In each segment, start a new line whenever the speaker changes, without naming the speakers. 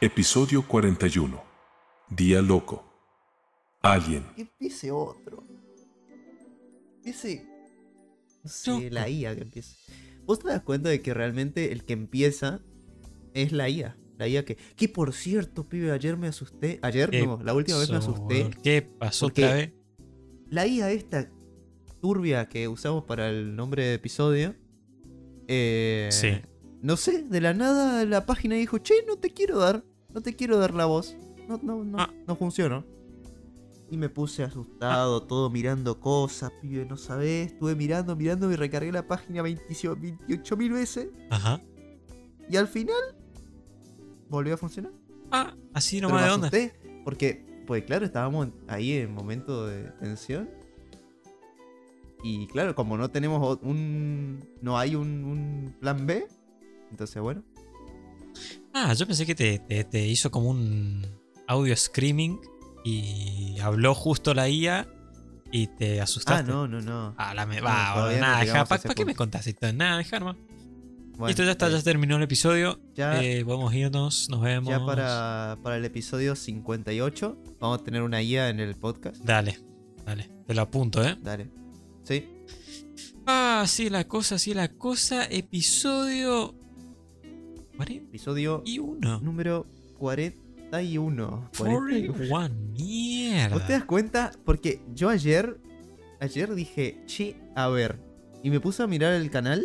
Episodio 41. Día loco. Alien.
¿Qué dice otro? Dice. No sé,
Loco.
la IA que empieza. ¿Vos te das cuenta de que realmente el que empieza es la IA? La IA que. Que por cierto, pibe, ayer me asusté. Ayer
¿Qué
no, la última vez me
pasó,
asusté.
weón? ¿Qué pasó
Porque-
otra vez?
La IA esta turbia que usamos para el nombre de episodio. eh,
Sí.
No sé, de la nada la página dijo, che, no te quiero dar, no te quiero dar la voz. No, no, no,
Ah.
no funcionó. Y me puse asustado, todo mirando cosas, pibe, no sabés. Estuve mirando, mirando y recargué la página 28 mil veces.
Ajá.
Y al final, volvió a funcionar.
Ah, así
Pero
nomás de
me
onda.
asusté, porque, pues claro, estábamos en- ahí en momento de tensión. Y claro, como no tenemos o- un. No hay un, un plan B. Entonces, bueno.
Ah, yo pensé que te, te- te hizo como un audio screaming y habló justo la IA y te
Ah,
asustaste.
no, no, no.
Ah, la me
No,
va,
todavía
boludo,
no
nada,
llegamos a
¿Para
ese
qué me
punto.
contaste esto? Nada, deja nomás.
Bueno,
Listo, ya está,
eh,
ya terminó el episodio.
ya-
Eh, podemos irnos, nos vemos.
Ya para, para el episodio 58 vamos a tener una guía en el podcast.
Dale, dale. Te lo apunto, ¿eh?
Dale. ¿Sí?
Ah, sí, la cosa, sí, la cosa. Episodio.
Episodio
41.
número 41. 41.
41. Mierda.
¿Vos te das cuenta? Porque yo ayer, ayer dije, che, a ver. Y me puse a mirar el canal.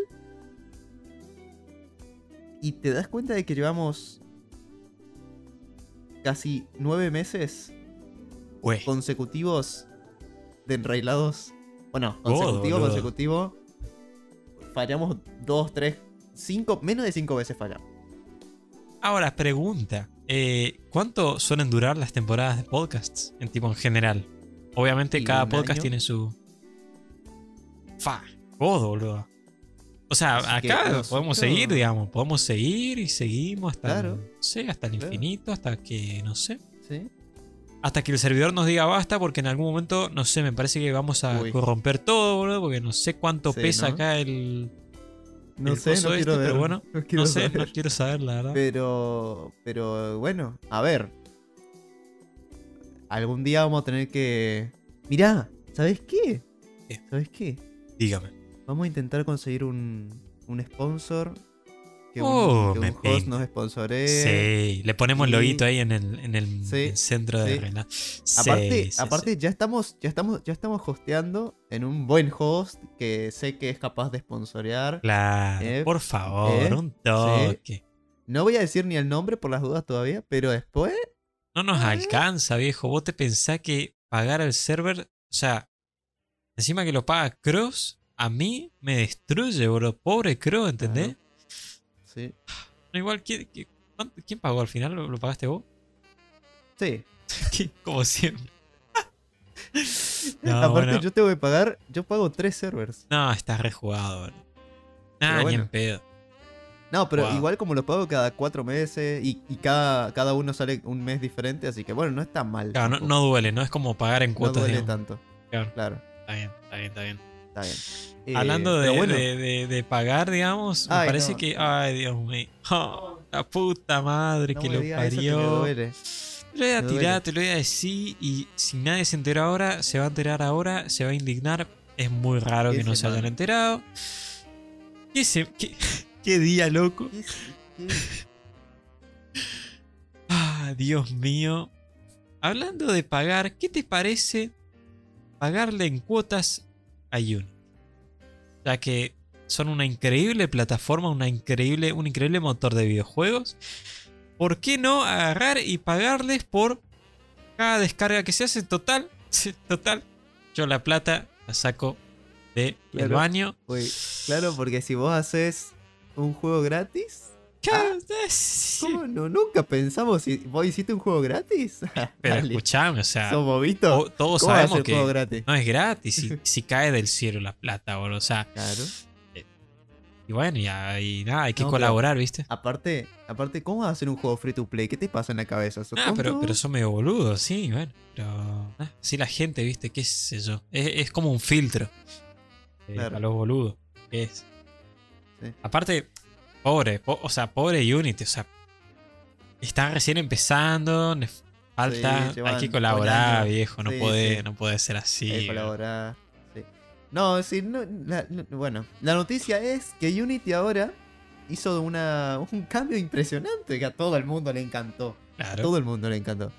Y te das cuenta de que llevamos casi nueve meses
Güey.
consecutivos de enrailados. Bueno,
God,
consecutivo,
boludo.
consecutivo. Fallamos dos, tres, cinco, menos de cinco veces fallamos.
Ahora, pregunta. eh, ¿Cuánto suelen durar las temporadas de podcasts? En tipo en general. Obviamente
Y
cada
un
podcast
año.
tiene su. Fa. Godo, boludo. O sea,
Así que
acá
nosotros-
podemos seguir, digamos. Podemos seguir y seguimos hasta.
Claro.
El, no sé, hasta el
Claro.
infinito, hasta que. No sé.
¿Sí?
Hasta que el servidor nos diga basta, porque en algún momento, no sé, me parece que vamos a
Uy.
corromper todo, boludo, porque no sé cuánto
Sí,
pesa
¿no?
acá el.
No
El
sé, no
coso
quiero
este,
ver.
pero bueno,
no quiero
no sé, no
saber.
quiero saber, la verdad.
Pero, pero bueno, a ver. Algún día vamos a tener que... Mirá, ¿sabes qué?
¿Qué?
¿Sabes qué?
Dígame.
Vamos a intentar conseguir un, un sponsor. Que
Oh,
un, que
me
un host
pinta.
nos sponsoree.
sí, le ponemos el
y-
loguito ahí en el, en el,
Sí,
en el centro de
sí.
Renan. Sí,
Aparte,
sí,
aparte ya estamos, ya estamos, ya estamos hosteando en un buen host que sé que es capaz de sponsorear.
sí. Claro,
Eh,
por favor,
eh,
un toque.
No voy a decir ni el nombre por las dudas todavía, pero después.
No nos
Ah.
alcanza, viejo. Vos te pensás que pagar al server, o sea, encima que lo paga Cross, a mí me destruye, bro. Pobre Cross, ¿entendés?
Claro. Sí.
Pero igual, ¿quién, qué- cuánto- quién pagó al final? ¿Lo, lo pagaste vos?
Sí.
¿Qué? Como siempre. no,
Aparte,
bueno,
yo tengo que pagar. Yo pago tres servers.
no, estás rejugado, bro. Nah,
Pero
ni
bueno.
en pedo.
No, pero
Wow.
igual como los pago cada cuatro meses y, y cada, cada uno sale un mes diferente, así que bueno, no está mal.
Claro, no,
tampoco.
no duele, no es como pagar en
Este No
cuotas.
duele
digamos.
tanto.
Claro.
Claro,
Está bien, está bien, está bien.
está bien. Eh,
Hablando de,
pero bueno,
de- de- de pagar, digamos, me
Ay,
parece
no.
que. Ay, Dios mío. Oh, la puta madre
no
que
me
lo
digas eso que me
parió.
duele.
Te lo voy a
Me
tirar,
duele.
te lo voy a decir. Y si nadie se enteró ahora, se va a enterar ahora, se va a indignar. Es muy raro que
Ese
no se hayan
man.
enterado. ¿Qué, se- qué- qué día loco?
¿Qué- qué-
Ah, Dios mío. Hablando de pagar, ¿qué te parece pagarle en cuotas a Unity? Ya que son una increíble plataforma, una increíble, un increíble motor de videojuegos. ¿Por qué no agarrar y pagarles por cada descarga que se hace? Total, total. Yo la plata la saco del el
Claro.
baño.
Uy, Pues, claro, porque si vos haces un juego gratis, Ah, ¿cómo no? Nunca pensamos si vos hiciste un juego gratis.
Pero
Dale,
escuchame, o sea,
sos bobito.
to- todos
¿Cómo vas a
sabemos
hacer
que
juego gratis?
No es gratis si, si cae del cielo la plata, boludo. O sea,
Claro.
y bueno, y, ahí- nada, hay que
No, pero-
colaborar, ¿viste?
Aparte, aparte, ¿cómo vas a hacer un juego free to play? ¿Qué te pasa en la cabeza? ¿Sos
Ah, pero,
tonto?
pero son medio boludos, sí, bueno. Pero. ah, sí, la gente, ¿viste? ¿Qué sé yo? Es, es como un filtro. eh,
Claro.
Para los boludos. ¿Qué es?
Sí.
Aparte, pobre, po- o sea, pobre Unity, o sea. Está recién empezando, le falta,
Sí, llevan
hay que
un
colaborar,
año.
viejo, no
Sí,
puede,
sí.
no puede ser así.
Eh,
bro.
colaborar, sí. No, es decir, no, la- la- bueno, la noticia es que Unity ahora hizo una, un cambio impresionante que a todo el mundo le encantó. A
Claro.
todo el mundo le encantó.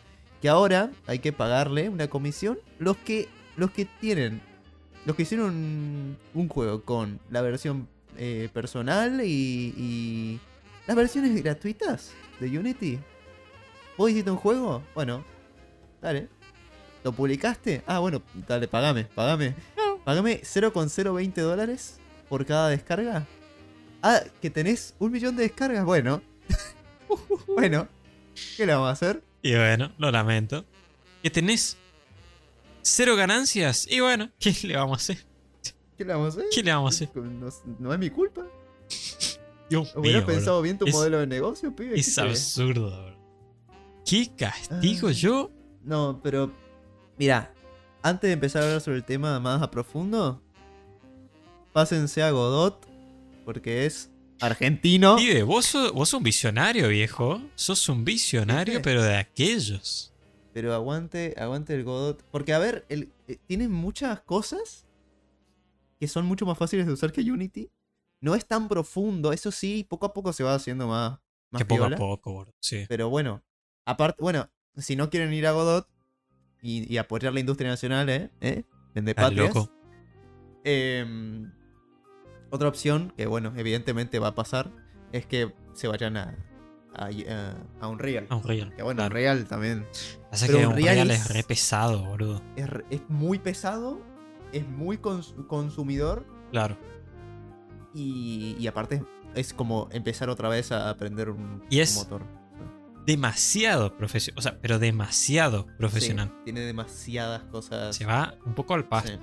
Que ahora hay que pagarle una comisión los que, los que tienen, los que hicieron un, un juego con la versión eh, personal y, y las versiones gratuitas de Unity. ¿Vos hiciste un juego? Bueno, dale. ¿Lo publicaste? Ah, bueno, dale, pagame, pagame. Pagame 0,020 dólares por cada descarga. Ah, que tenés un millón de descargas. Bueno. bueno. ¿Qué le vamos a hacer?
Y bueno, lo lamento. Que tenés cero ganancias. Y bueno, ¿qué le vamos a hacer?
¿Qué le vamos a hacer?
¿Qué le vamos a hacer?
No, no es mi culpa.
Dios
Hubiera
mío, bro.
pensado bien tu
Es-
modelo de negocio, pibe. ¿qué
Es
sé?
absurdo, bro. ¿Qué castigo
Ah.
yo?
No, pero. Mira, antes de empezar a hablar sobre el tema más a profundo, pásense a Godot, porque es argentino.
Pibe, vos sos, vos sos un visionario, viejo. Sos un visionario,
¿Viste?
pero de aquellos.
Pero aguante, aguante el Godot. Porque, a ver, el, eh, tienen muchas cosas que son mucho más fáciles de usar que Unity. No es tan profundo, eso sí, poco a poco se va haciendo más. más
que poco
piola.
a poco, bro. Sí.
Pero bueno, aparte, bueno, si no quieren ir a Godot y, y apoyar la industria nacional, ¿eh? ¿Eh? Vende
Al
patrias.
loco.
Em, otra opción, que bueno, evidentemente va a pasar, es que se vayan a, a, a- a Unreal.
Unreal.
Que bueno,
claro.
Unreal también
Pasa
pero
que
Unreal
Unreal es
es-
re pesado, boludo.
es, re- es muy pesado, es muy cons- consumidor
Claro.
y, y aparte es como empezar otra vez a aprender un,
Y
un
es
motor.
Demasiado profesional. O sea, pero demasiado
Sí,
profesional.
tiene demasiadas cosas.
Se va un poco al pasto.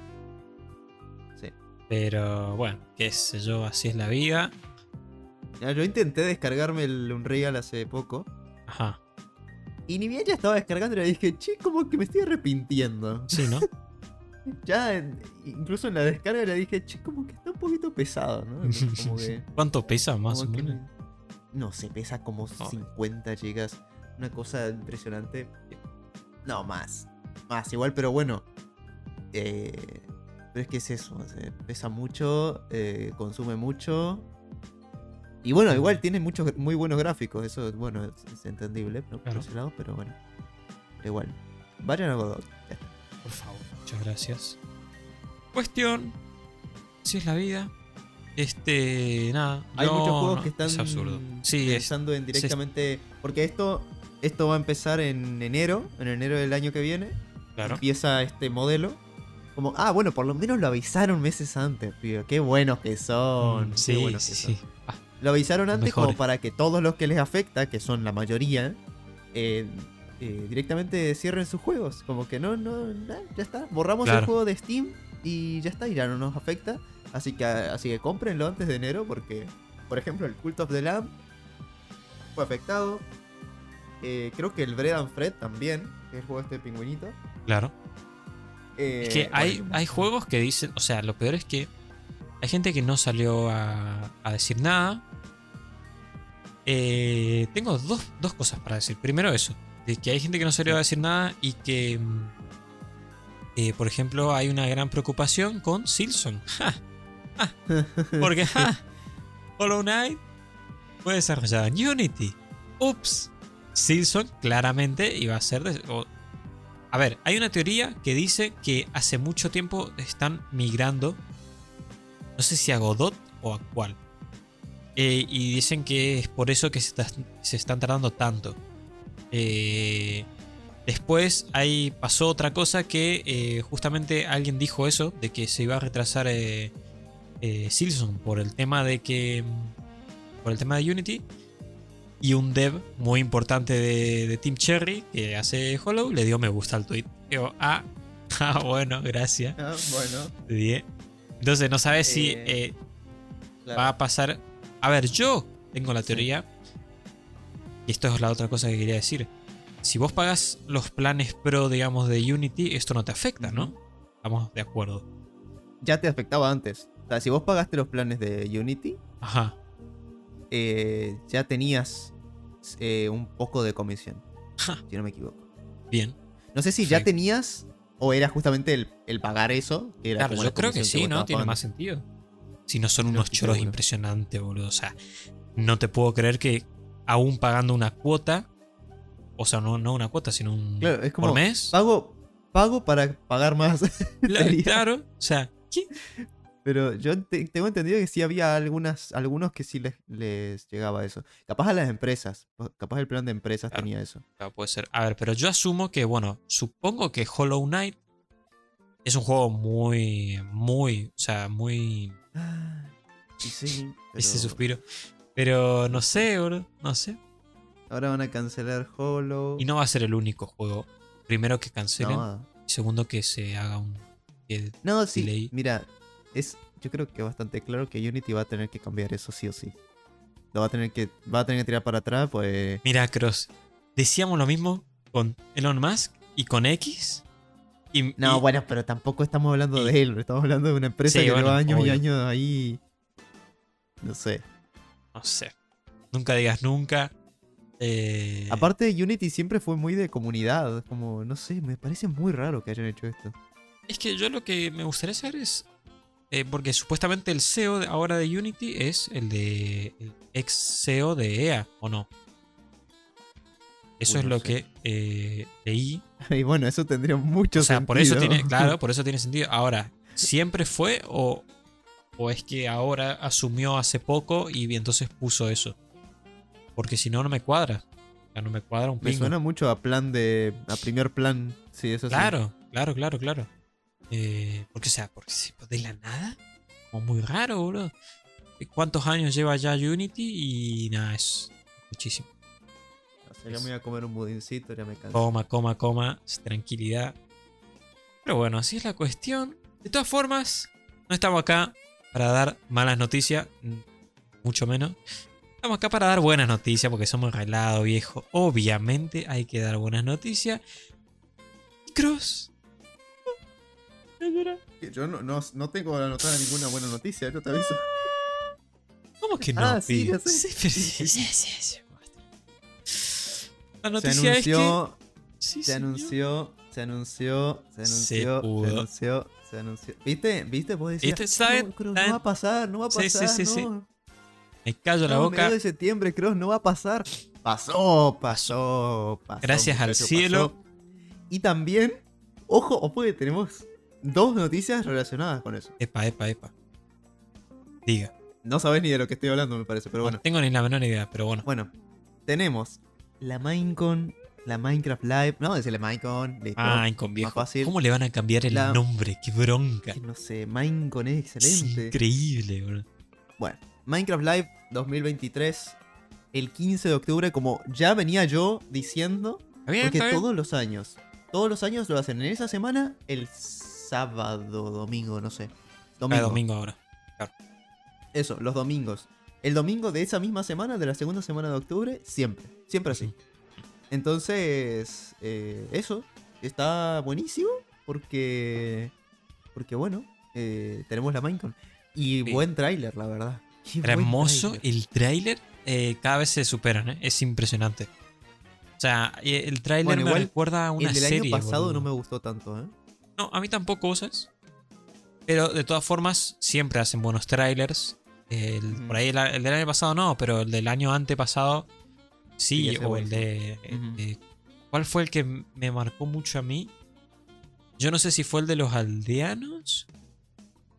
Sí.
Pero bueno, qué sé yo, así es la vida.
Ya, Yo intenté descargarme el Unreal hace poco.
Ajá.
Y ni bien ya estaba descargando, le dije, che, como que me estoy arrepintiendo.
Sí, ¿no?
Ya, en- incluso en la descarga le dije, che, como que está un poquito pesado, ¿no? Como que.
¿Cuánto pesa más o
como que
menos?
me- No sé, pesa como 50 gigas. Una cosa impresionante. No, más. Más, igual, pero bueno. Eh, pero es que es eso. o sea, pesa mucho, eh, consume mucho. Y bueno, igual tiene muchos gra- muy buenos gráficos. Eso, bueno, es, es entendible ¿no?
Claro.
por ese lado, pero bueno. Igual. Vayan a Godot. ya está.
Por favor, muchas gracias. Cuestión. Si es la vida. Este. Nada.
Hay
yo
muchos juegos
no,
que están
Es absurdo. Sí, es.
pensando en directamente. Porque esto, esto va a empezar en enero, en enero del año que viene.
Claro.
Empieza este modelo. Como, ah, bueno, por lo menos lo avisaron meses antes, pibe. Qué buenos que son.
Mm,
qué
Sí,
buenos
sí,
que
sí.
son.
Ah,
Lo avisaron
Los
antes como
mejores.
para que todos los que les afecta, que son la mayoría, eh, eh, directamente cierren sus juegos. Como que no, no, na, ya está. Borramos el
Claro.
juego de Steam y ya está, y ya no nos afecta. Así que, así que cómprenlo antes de enero porque, por ejemplo, el Cult of the Lamb fue afectado. Eh, creo que el Bread and Fred también, que es el juego este de pingüinito.
claro.
Eh,
Es que hay,
bueno,
hay juegos que dicen, o sea, lo peor es que hay gente que no salió a, a decir nada. Eh, tengo dos, dos cosas para decir. Primero eso, de que hay gente que no salió a decir nada y que, mm, eh, por ejemplo, hay una gran preocupación con Silson. Ja, ja, porque ja, Hollow Knight fue desarrollado en Unity. Ups. Silson claramente iba a ser... de- o- a ver, hay una teoría que dice que hace mucho tiempo están migrando, no sé si a Godot o a cuál, Eh, y dicen que es por eso que se, está- se están tardando tanto. Eh, después ahí pasó otra cosa que eh, justamente alguien dijo eso, de que se iba a retrasar eh, eh, Silson por el tema de que... mm, por el tema de Unity. Y un dev muy importante de, de Team Cherry, que hace Hollow, le dio me gusta al tweet. Digo, ah, ah, bueno, gracias.
Ah, bueno,
Le di. eh". Entonces no sabes si
Eh,
eh,
claro.
va a pasar. A ver, yo tengo la teoría. Y esto es la otra cosa que quería decir. Si vos pagas los planes pro, digamos, de Unity, esto no te afecta, ¿no? Estamos de acuerdo.
ya te afectaba antes. O sea, si vos pagaste los planes de Unity,
Ajá.
eh, ya tenías eh, un poco de comisión. si no me equivoco.
Bien.
No sé si ya
Perfecto.
tenías o era justamente el, el pagar eso. que era
Claro,
como
yo
la
creo que
comisión
sí,
vos
¿no?
estabas
Tiene
pagando.
más sentido. Si no son
No
unos
estoy
choros
seguro.
impresionantes, boludo. O sea, no te puedo creer que aún pagando una cuota, o sea, no, no una cuota, sino un
Claro, es como-
por mes.
Pago, pago para pagar más.
la-
sería.
claro, o sea, ¿qué?
Pero yo te- tengo entendido que sí había algunas, algunos que sí les, les llegaba eso. Capaz a las empresas. o- Capaz el plan de empresas
Claro.
tenía eso.
Claro, puede ser. A ver, pero yo asumo que, bueno, supongo que Hollow Knight es un juego muy, muy, o sea, muy
Y sí,
Ese
pero
suspiro. Pero no sé, bro. No sé.
Ahora van a cancelar Hollow.
Y no va a ser el único juego. Primero que cancelen.
No,
Y segundo que se haga un. que-
no, sí.
Delay.
Mira, es, yo creo que bastante claro que Unity va a tener que cambiar eso sí o sí. Lo va a tener que, va a tener que tirar para atrás, pues.
Mira, Cross. Decíamos lo mismo con Elon Musk y con X. Y,
No,
y-
bueno, pero tampoco estamos hablando
y-
de él, estamos hablando de una empresa
Sí,
que
bueno,
lleva años y
obvio.
años ahí. No sé.
No sé. Nunca digas nunca. Eh,
Aparte, Unity siempre fue muy de comunidad. Como, no sé, me parece muy raro que hayan hecho esto.
Es que yo lo que me gustaría saber es. eh, porque supuestamente el CEO de- ahora de Unity es el de. el ex CEO de EA, ¿o no? Eso
Uy,
es
no
lo
sé.
que eh, leí.
Y bueno, eso tendría mucho
O sea, por eso
sentido.
tiene. Claro, por eso tiene sentido. Ahora, ¿siempre fue o, o es que ahora asumió hace poco y entonces puso eso? Porque si no, no me cuadra. O sea, no me cuadra un
Me
pingo.
suena mucho a plan de. a primer plan. Sí, eso sí.
Claro, claro, claro, claro. Eh, porque, o sea, porque se- de la nada, como muy raro, boludo. ¿Cuántos años lleva ya Unity? Y nada, es muchísimo.
O sea, ya me voy a comer un budincito, ya me cansé.
Coma, coma, coma, tranquilidad. Pero bueno, así es la cuestión. De todas formas, no estamos acá para dar malas noticias, mm, mucho menos. Estamos acá para dar buenas noticias porque somos relados, viejo. Obviamente hay que dar buenas noticias. Y Cross. No, no llora.
Yo no, no, no tengo anotada ninguna buena noticia, yo te aviso.
¿Cómo que no?
Ah, sí,
pibe?
ya sé.
Sí, pero- sí, sí, sí, sí. La
Se
Ah, noticia es que.
anunció.
Sí,
Se
señor.
anunció, se anunció, se
Se
anunció, se,
pudo.
anunció, se anunció. ¿Viste? ¿Viste? Vos decías,
¿Viste? ¿Saben?
no, Cross, no
¿Saben?
va a pasar, no va a
Sí,
pasar,
sí, sí, sí.
no.
Me callo la
No,
boca.
medio de septiembre, Cross, no va a pasar. Pasó, pasó, pasó.
Gracias al cielo.
pasó. Y también, ojo, ojo que tenemos dos noticias relacionadas con eso.
Epa, epa, epa. Diga.
No sabés ni de lo que estoy hablando, me parece, pero bueno.
No tengo ni la menor idea, pero bueno.
Bueno, tenemos la Minecon, la Minecraft Live. No, decirle Minecon, listo.
Ah, con viejo.
fácil.
¿Cómo le van a cambiar el
La-
nombre? ¡Qué bronca!
Que no sé, Minecon es
Es
excelente.
increíble, bro.
Bueno, Minecraft Live 2023, el 15 de octubre, como ya venía yo diciendo,
Está bien,
porque
está bien.
todos los años, todos los años lo hacen en esa semana, el sábado, domingo, no sé.
Cada
Domingo.
Ah, domingo ahora.
Eso, los domingos. El domingo de esa misma semana, de la segunda semana de octubre, siempre, siempre así.
Ujú.
Entonces, eh, eso está buenísimo porque, porque bueno, eh, tenemos la Minecon. Y
Sí.
buen tráiler, la verdad. Qué
Era
buen
hermoso
tráiler.
el tráiler. eh, cada vez se superan, ¿eh? Es impresionante. O sea, eh, el tráiler
Bueno,
me
igual,
recuerda a una
el del
serie.
año pasado
boludo.
no me gustó tanto, ¿eh?
No, a mí tampoco, ¿vos ¿sabes? Pero de todas formas, siempre hacen buenos trailers. El-
Ujú.
Por ahí el, el del año pasado no, pero el del año antepasado sí,
Sí, ese
o el
buenísimo.
de, el
Ujú.
de- ¿Cuál fue el que m- me marcó mucho a mí? Yo no sé si fue el de los aldeanos.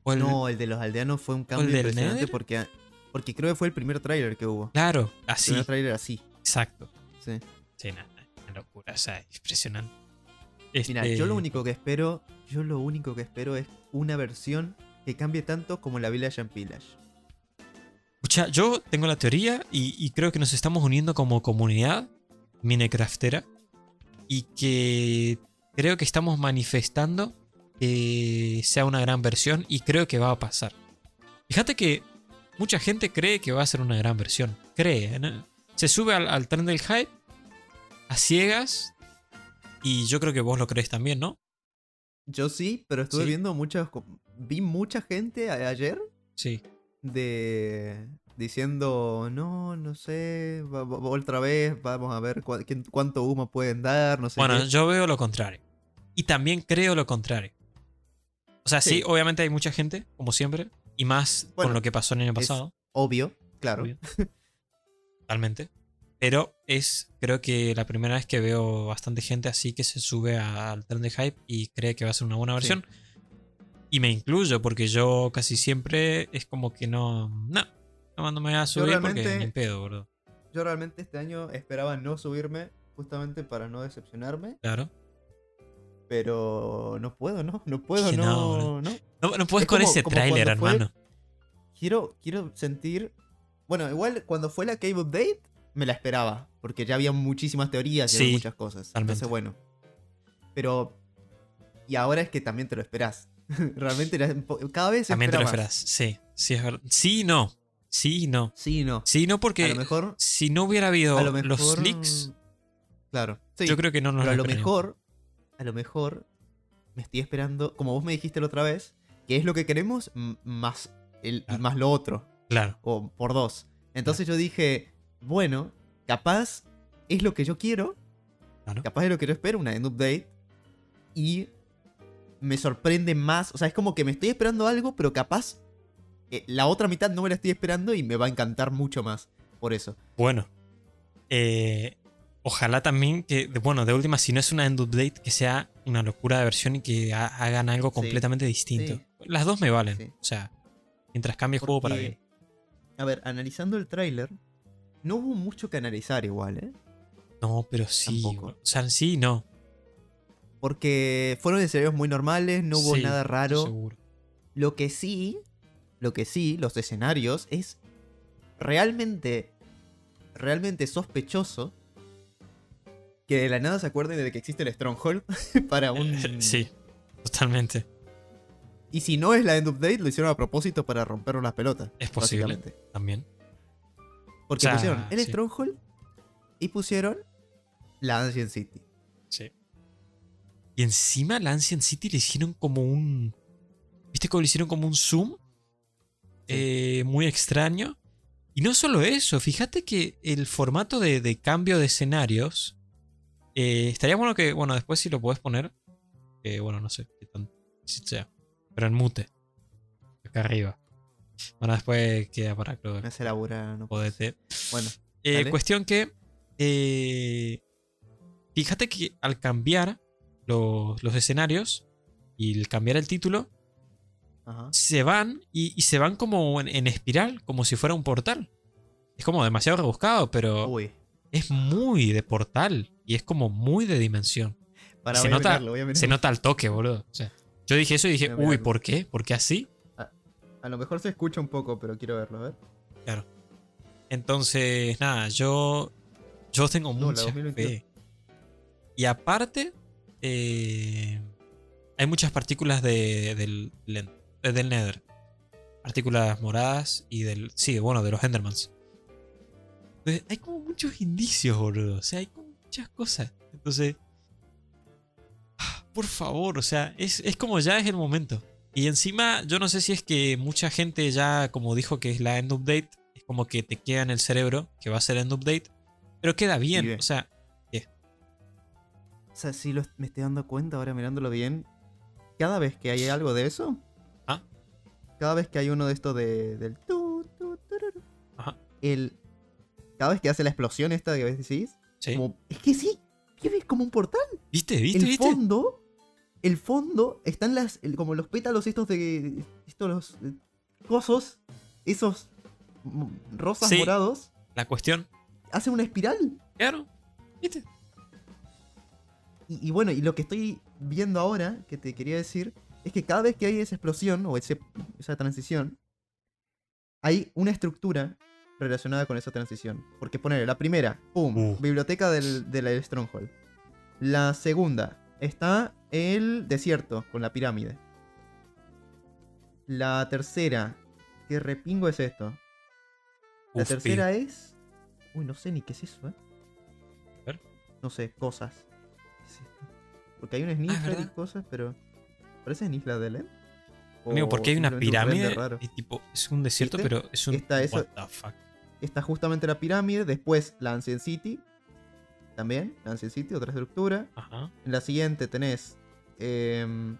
O el,
No, el de los aldeanos fue un cambio
del Ah,
impresionante
Nether?
porque, porque creo que fue el primer tráiler que hubo.
Claro,
El
así,
primer tráiler así.
exacto.
sí.
Sí, na- na- una locura, o sea, impresionante.
Mira,
Este,
yo lo único que espero, yo lo único que espero es una versión que cambie tanto como la Village and Village.
Escucha, yo tengo la teoría y, y creo que nos estamos uniendo como comunidad minecraftera y que creo que estamos manifestando que sea una gran versión y creo que va a pasar. Fíjate que mucha gente cree que va a ser una gran versión. Cree, ¿no? Se sube al, al tren del hype a ciegas y yo creo que vos lo crees también, ¿no?
Yo sí, pero estuve
Sí.
viendo muchas, co- vi mucha gente a- ayer
Sí.
de diciendo, no, no sé, va- va- va otra vez, vamos a ver cua- quién- cuánto humo pueden dar, no sé.
Bueno,
qué.
yo veo lo contrario. Y también creo lo contrario. O sea, sí,
Sí.
obviamente hay mucha gente, como siempre, y más
Bueno,
con lo que pasó el año
es
pasado.
Obvio, claro.
obvio. Totalmente. Pero es, creo que la primera vez que veo bastante gente así que se sube a- al tren de hype y cree que va a ser una buena versión. Y me incluyo, porque yo casi siempre es como que no. No, no, no me voy a subir porque
realmente-
ni en pedo, boludo.
Yo realmente este año esperaba no subirme justamente para no decepcionarme,
Claro.
pero no puedo, ¿no? No puedo,
que no,
no,
boludo.
no.
No, no puedes
Es
con
como-
ese
como
tráiler,
cuando fue-
hermano.
Quiero, quiero sentir... Bueno, igual cuando fue la Cave Update me la esperaba, porque ya había muchísimas teorías y había
Sí,
muchas cosas.
totalmente.
Entonces, bueno. Pero... Y ahora es que también te lo esperás. realmente era un po- cada vez se
También te lo
espera más.
esperás. Sí, sí es verdad. Sí, y no. Sí, y no.
Sí, no.
Sí, y no,
a
porque
lo mejor...
si no hubiera habido
a lo mejor
los leaks,
Claro. Sí.
yo creo que no nos
Pero a
lo
lo
creeríamos.
mejor, a lo mejor, me estoy esperando, como vos me dijiste la otra vez, que es lo que queremos m- más, el,
Claro.
más lo otro,
Claro,
o por dos. Entonces yo dije, bueno, capaz es lo que yo quiero,
claro.
capaz es lo que yo espero, una end update, y me sorprende más, o sea, es como que me estoy esperando algo, pero capaz eh, la otra mitad no me la estoy esperando y me va a encantar mucho más. Por eso.
Bueno. eh, ojalá también que, de- bueno, de última, si no es una end update, que sea una locura de versión y que ha- hagan algo completamente distinto.
sí.
Las dos me valen.
Sí.
O sea, mientras cambie el juego para
Porque,
bien.
A ver, analizando el tráiler, no hubo mucho que analizar igual, ¿eh?
No, pero sí.
Tampoco.
O sea, sí, y no.
Porque fueron escenarios muy normales, no hubo
Sí,
nada raro.
Seguro.
Lo que sí, lo que sí, los escenarios es realmente, realmente sospechoso que de la nada se acuerden de que existe el Stronghold para un...
Eh, Sí, totalmente.
Y si no es la End Update, lo hicieron a propósito para romper las pelotas.
Es posible.
básicamente.
También.
Porque
O sea,
pusieron el
sí.
Stronghold y pusieron la Ancient City.
Sí. Y encima la Ancient City le hicieron como un. ¿Viste cómo le hicieron como un zoom? Eh, muy extraño. Y no solo eso, fíjate que el formato de, de cambio de escenarios. eh, estaría bueno que. Bueno, después si lo podés poner. eh, bueno, no sé qué tan. Si sea. Pero en mute. Acá arriba. Bueno, después queda para que lo
Me hace laburar, no puedo.
podete.
Bueno,
Eh,
Dale.
cuestión que. eh, fíjate que al cambiar los, los escenarios y el cambiar el título,
ajá.
se van y, y se van como en, en espiral, como si fuera un portal. Es como demasiado rebuscado, pero
Uy,
es muy de portal y es como muy de dimensión.
para
se
voy a
nota-
mirarlo, voy a mirarlo.
Se nota al toque, boludo. O sea, yo dije eso y dije,
Mira, mira,
uy,
mira.
¿por qué? ¿Por qué así?
A lo mejor se escucha un poco, pero quiero verlo, a ver.
Entonces, nada, yo, yo tengo
No, la
mucha
2022.
fe. Y aparte, eh, hay muchas partículas de- del, len- eh, del Nether. Partículas moradas y del. Sí, bueno, de los Endermans. Entonces, hay como muchos indicios, boludo. O sea, hay como muchas cosas. Entonces. ah, Por favor, o sea, es, es como ya es el momento. Y encima, yo no sé si es que mucha gente ya, como dijo que es la end update, es como que te queda en el cerebro que va a ser end update, pero queda bien.
Y ve.
O sea,
O sea, sí lo, me estoy dando cuenta ahora mirándolo bien. Cada vez que hay algo de eso.
Ah.
Cada vez que hay uno de estos de, del tu, tu, tururu,
Ajá.
El. Cada vez que hace la explosión esta que ves decís.
sí.
Como, es que sí. ¿Qué ves? Como un portal.
¿Viste? ¿Viste?
el
¿Viste?
fondo. El fondo están las. el- como los pétalos estos de. Estos los. eh, cosos. Esos. mm, Rosas
Sí.
morados.
La cuestión.
Hacen una espiral.
Claro. ¿Viste?
Y, y bueno, y lo que estoy viendo ahora, que te quería decir, es que cada vez que hay esa explosión o ese- esa transición, hay una estructura relacionada con esa transición. Porque poner la primera, ¡pum!
Uh.
Biblioteca del, del Stronghold. La segunda, está el desierto con la pirámide. La tercera, ¿qué repingo es esto? La
Uf,
tercera es. Uy, no sé ni qué es eso, ¿eh?
A ver.
No sé, cosas. ¿Qué es esto? Porque hay una
Ah, es
isla y
verdad.
cosas, pero. Parecen islas de Len.
pi- Amigo, porque hay una
simplemente un
pirámide.
render raro.
y tipo, es un desierto,
¿Viste?
pero es un.
Está eso-
What the fuck.
Está justamente la pirámide, después la Ancient City. También, la Ancient City, otra estructura.
Ajá.
En la siguiente tenés. em,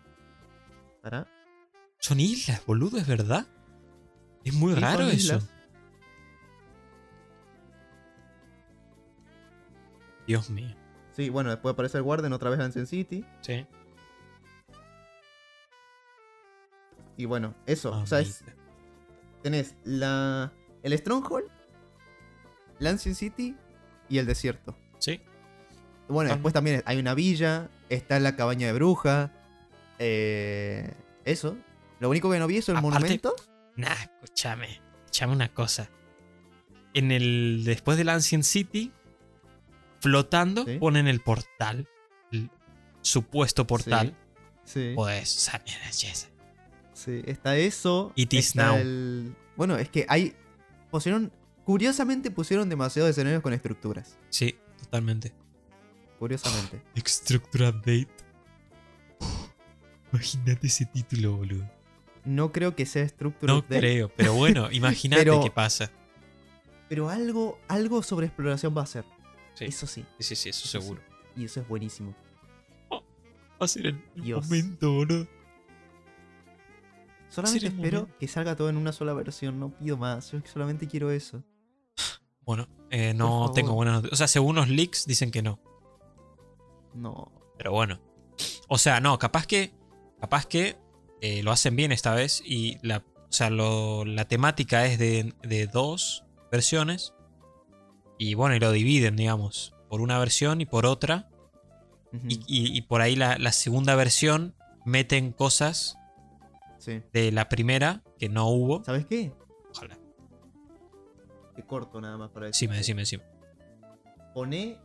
pará.
Son islas, boludo, es verdad. Es muy
Sí, son
raro eso.
islas.
Dios mío.
Sí, bueno, después aparece el Warden, otra vez Ancient City.
Sí.
Y bueno, eso.
Ah,
o sea, es-
Mamita.
tenés la, el Stronghold, la Ancient City y el desierto.
Sí.
Bueno,
Ah.
después también hay una villa, está la cabaña de bruja. eh, eso. Lo único que no vi es el
Aparte-
monumento.
Nah, escúchame. Escúchame una cosa. En el. Después del Ancient City, flotando,
Sí.
ponen el portal. El supuesto portal.
Sí,
Pues, o sea, mira, yes.
sí, está eso.
It is
está
now.
el- Bueno, es que hay. Pusieron. Curiosamente pusieron demasiados escenarios con estructuras.
Sí, totalmente.
Curiosamente.
Structure Update. Uf, Imagínate ese título, boludo.
No creo que sea estructura
No
update,
creo, pero bueno, imagínate
Pero-
qué pasa.
Pero algo, algo sobre exploración va a ser.
Sí,
Eso sí.
sí, sí, sí, eso
eso sí.
seguro.
Y eso es buenísimo.
Va a ser el el
Dios.
momento, boludo.
Solamente
Será un
espero
momento.
que salga todo en una sola versión. No pido más. Yo solamente quiero eso.
Bueno, eh,
Por
no
favor.
tengo buenas noticias. O sea, según los leaks dicen que no.
No.
Pero bueno. O sea, no, capaz que. Capaz que eh, lo hacen bien esta vez. Y la. O sea, lo- la temática es de, de dos versiones. Y bueno, y lo dividen, digamos. Por una versión y por otra.
Ujú,
Y, y- y por ahí la, la segunda versión meten cosas
Sí.
de la primera que no hubo.
¿Sabes qué?
Ojalá.
Te corto nada más para decir.
Decime, decime, decime.
Poné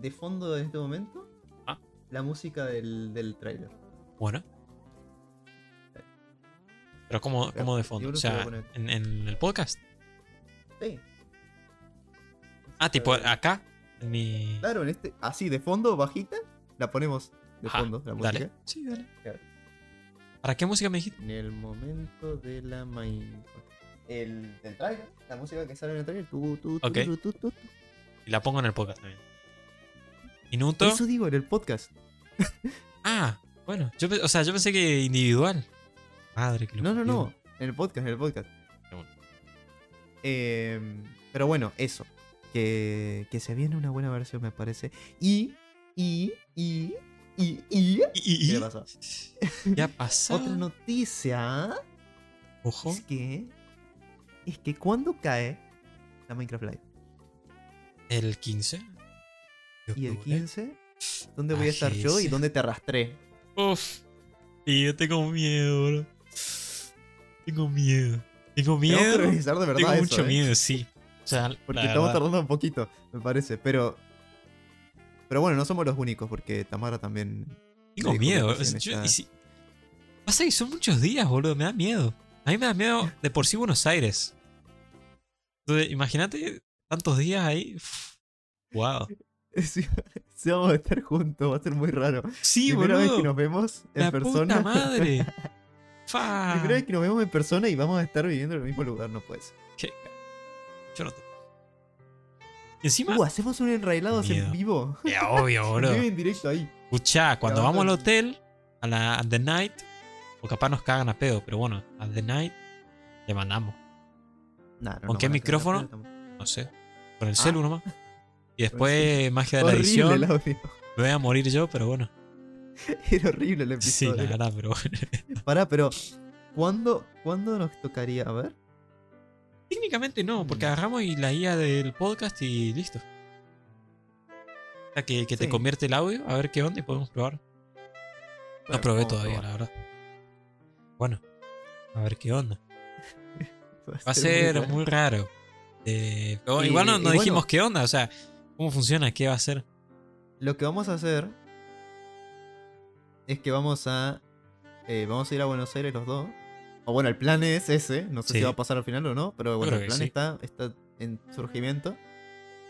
de fondo en este momento
Ah.
la música del, del trailer.
Bueno. Pero como, como de fondo.
Yo creo
O
que
sea,
voy a poner-
en, en el podcast.
Sí.
Ah, tipo
Claro.
acá. En mi.
Claro, en este. Así, de fondo, bajita, la ponemos de
Ajá,
fondo, la música.
Dale. Sí, dale.
Claro.
¿Para qué música me dijiste?
En el momento de la main. El del trailer, la música que sale en el trailer. tu, tu, tu,
Ok.
tu, tu, tu, tu.
Y la pongo en el podcast también. Minuto.
Eso digo en el podcast.
Ah, bueno. Yo, pe- o sea, yo pensé que individual. Madre que lo
No, no,
parió.
no. En el podcast, en el podcast.
Pero bueno.
Em, pero bueno, eso. Que, que se viene una buena versión, me parece. Y. Y. Y. Y. Y.
Y- y-
¿Qué
y-
le pasó?
Ya pasó.
Otra noticia
Ojo.
es que. Es que cuando cae la Minecraft Live
El 15. de
y el
octubre.
15, ¿dónde voy a estar yo y
Agilce.
dónde te arrastré?
Uf. Y yo tengo miedo, bro. Tengo miedo. Tengo
Tengo que
miedo.
organizar de verdad
Tengo
eso,
mucho
eh,
miedo, sí. O sea, la
Porque
verdad.
estamos tardando un poquito, me parece. Pero. Pero bueno, no somos los únicos, porque Tamara también.
Tengo
le dijo
miedo.
que recién
yo-
está-
y si- Pasa que son muchos días, boludo. Me da miedo. A mí me da miedo de por sí Buenos Aires. Entonces, imagínate tantos días ahí. Uf. Wow.
Sí, sí, vamos a estar juntos, va a ser muy raro.
Sí,
Primera vez que
boludo.
nos vemos en
La
persona.
puta madre. Fa.
Primera vez que nos vemos en persona y vamos a estar viviendo en el mismo lugar, no puede ser.
Qué ca- Yo no te. Y encima.
Uh, hacemos un enrailados en
Ah. Miedo.
vivo.
Es obvio,
En
boludo.
vivo y en directo ahí.
Escuchá, cuando vamos al
Grabando
hotel, a la a The Night, o capaz nos cagan a pedo, pero bueno, a The Night le mandamos,
Nah, no,
¿Con
no,
qué
van a
micrófono?
quedar afuera tampoco.
no sé, con
Ah.
el celu nomás. Y después, magia de la
Horrible
edición,
el
me
audio.
voy a morir yo, pero bueno.
Era horrible el
Sí,
episodio.
la verdad, pero bueno.
Pará, pero. ¿cuándo, ¿Cuándo nos tocaría? A ver.
Técnicamente no, porque
Mm.
agarramos y la guía del podcast y listo. O sea, que, que te
Sí.
convierte el audio, a ver qué onda y podemos probar.
Bueno,
no probé
vamos a
todavía, la
probar.
verdad. Bueno, a ver qué onda. Va a
muy
ser
raro.
muy raro. Eh, pero
Y-
igual no,
y
no
bueno.
dijimos qué onda, o sea, cómo funciona, qué va a ser.
Lo que vamos a hacer es que vamos a eh, vamos a ir a Buenos Aires los dos. O bueno, el plan es ese. No sé
Sí.
si va a pasar al final o no, pero bueno,
creo
el
que
plan
sí.
está, está en surgimiento.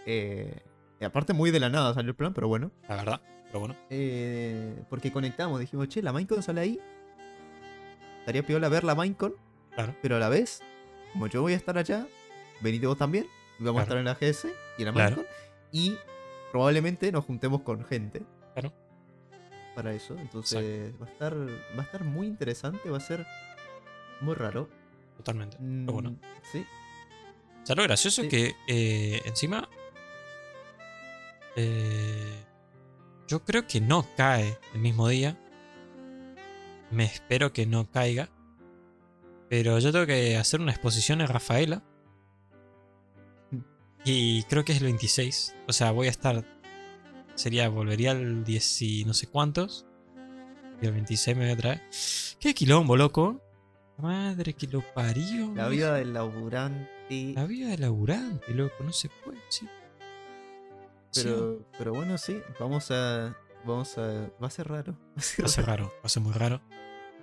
Eh, y aparte muy de la nada salió el plan, pero bueno.
La verdad, pero bueno.
Eh, porque conectamos, dijimos, che, la Minecon sale ahí. Estaría piola ver la Minecon,
Claro.
pero a la vez, como yo voy a estar allá, venite vos también. y Vamos
Claro.
a estar en la GS y en la
Claro.
Minecon. Y probablemente nos juntemos con gente.
Claro.
Para eso. Entonces va a estar. Va a estar muy interesante. Va a ser muy raro.
Totalmente. Pero bueno.
Mm, Sí.
O sea, lo gracioso
Sí.
es que eh, encima. eh, yo creo que no cae el mismo día. Me espero que no caiga. Pero yo tengo que hacer una exposición en Rafaela. Y creo que es el 26. O sea, voy a estar. Sería, volvería al 10 y no sé cuántos. Y el 26 me voy a traer. ¡Qué quilombo, loco! Madre que lo parió.
La vida del laburante.
La vida de laburante, loco, no se puede, sí. Sí,
Pero, pero bueno, sí. Vamos a. Vamos a. Va a ser raro. Va a ser
va a ser raro, va a ser muy raro.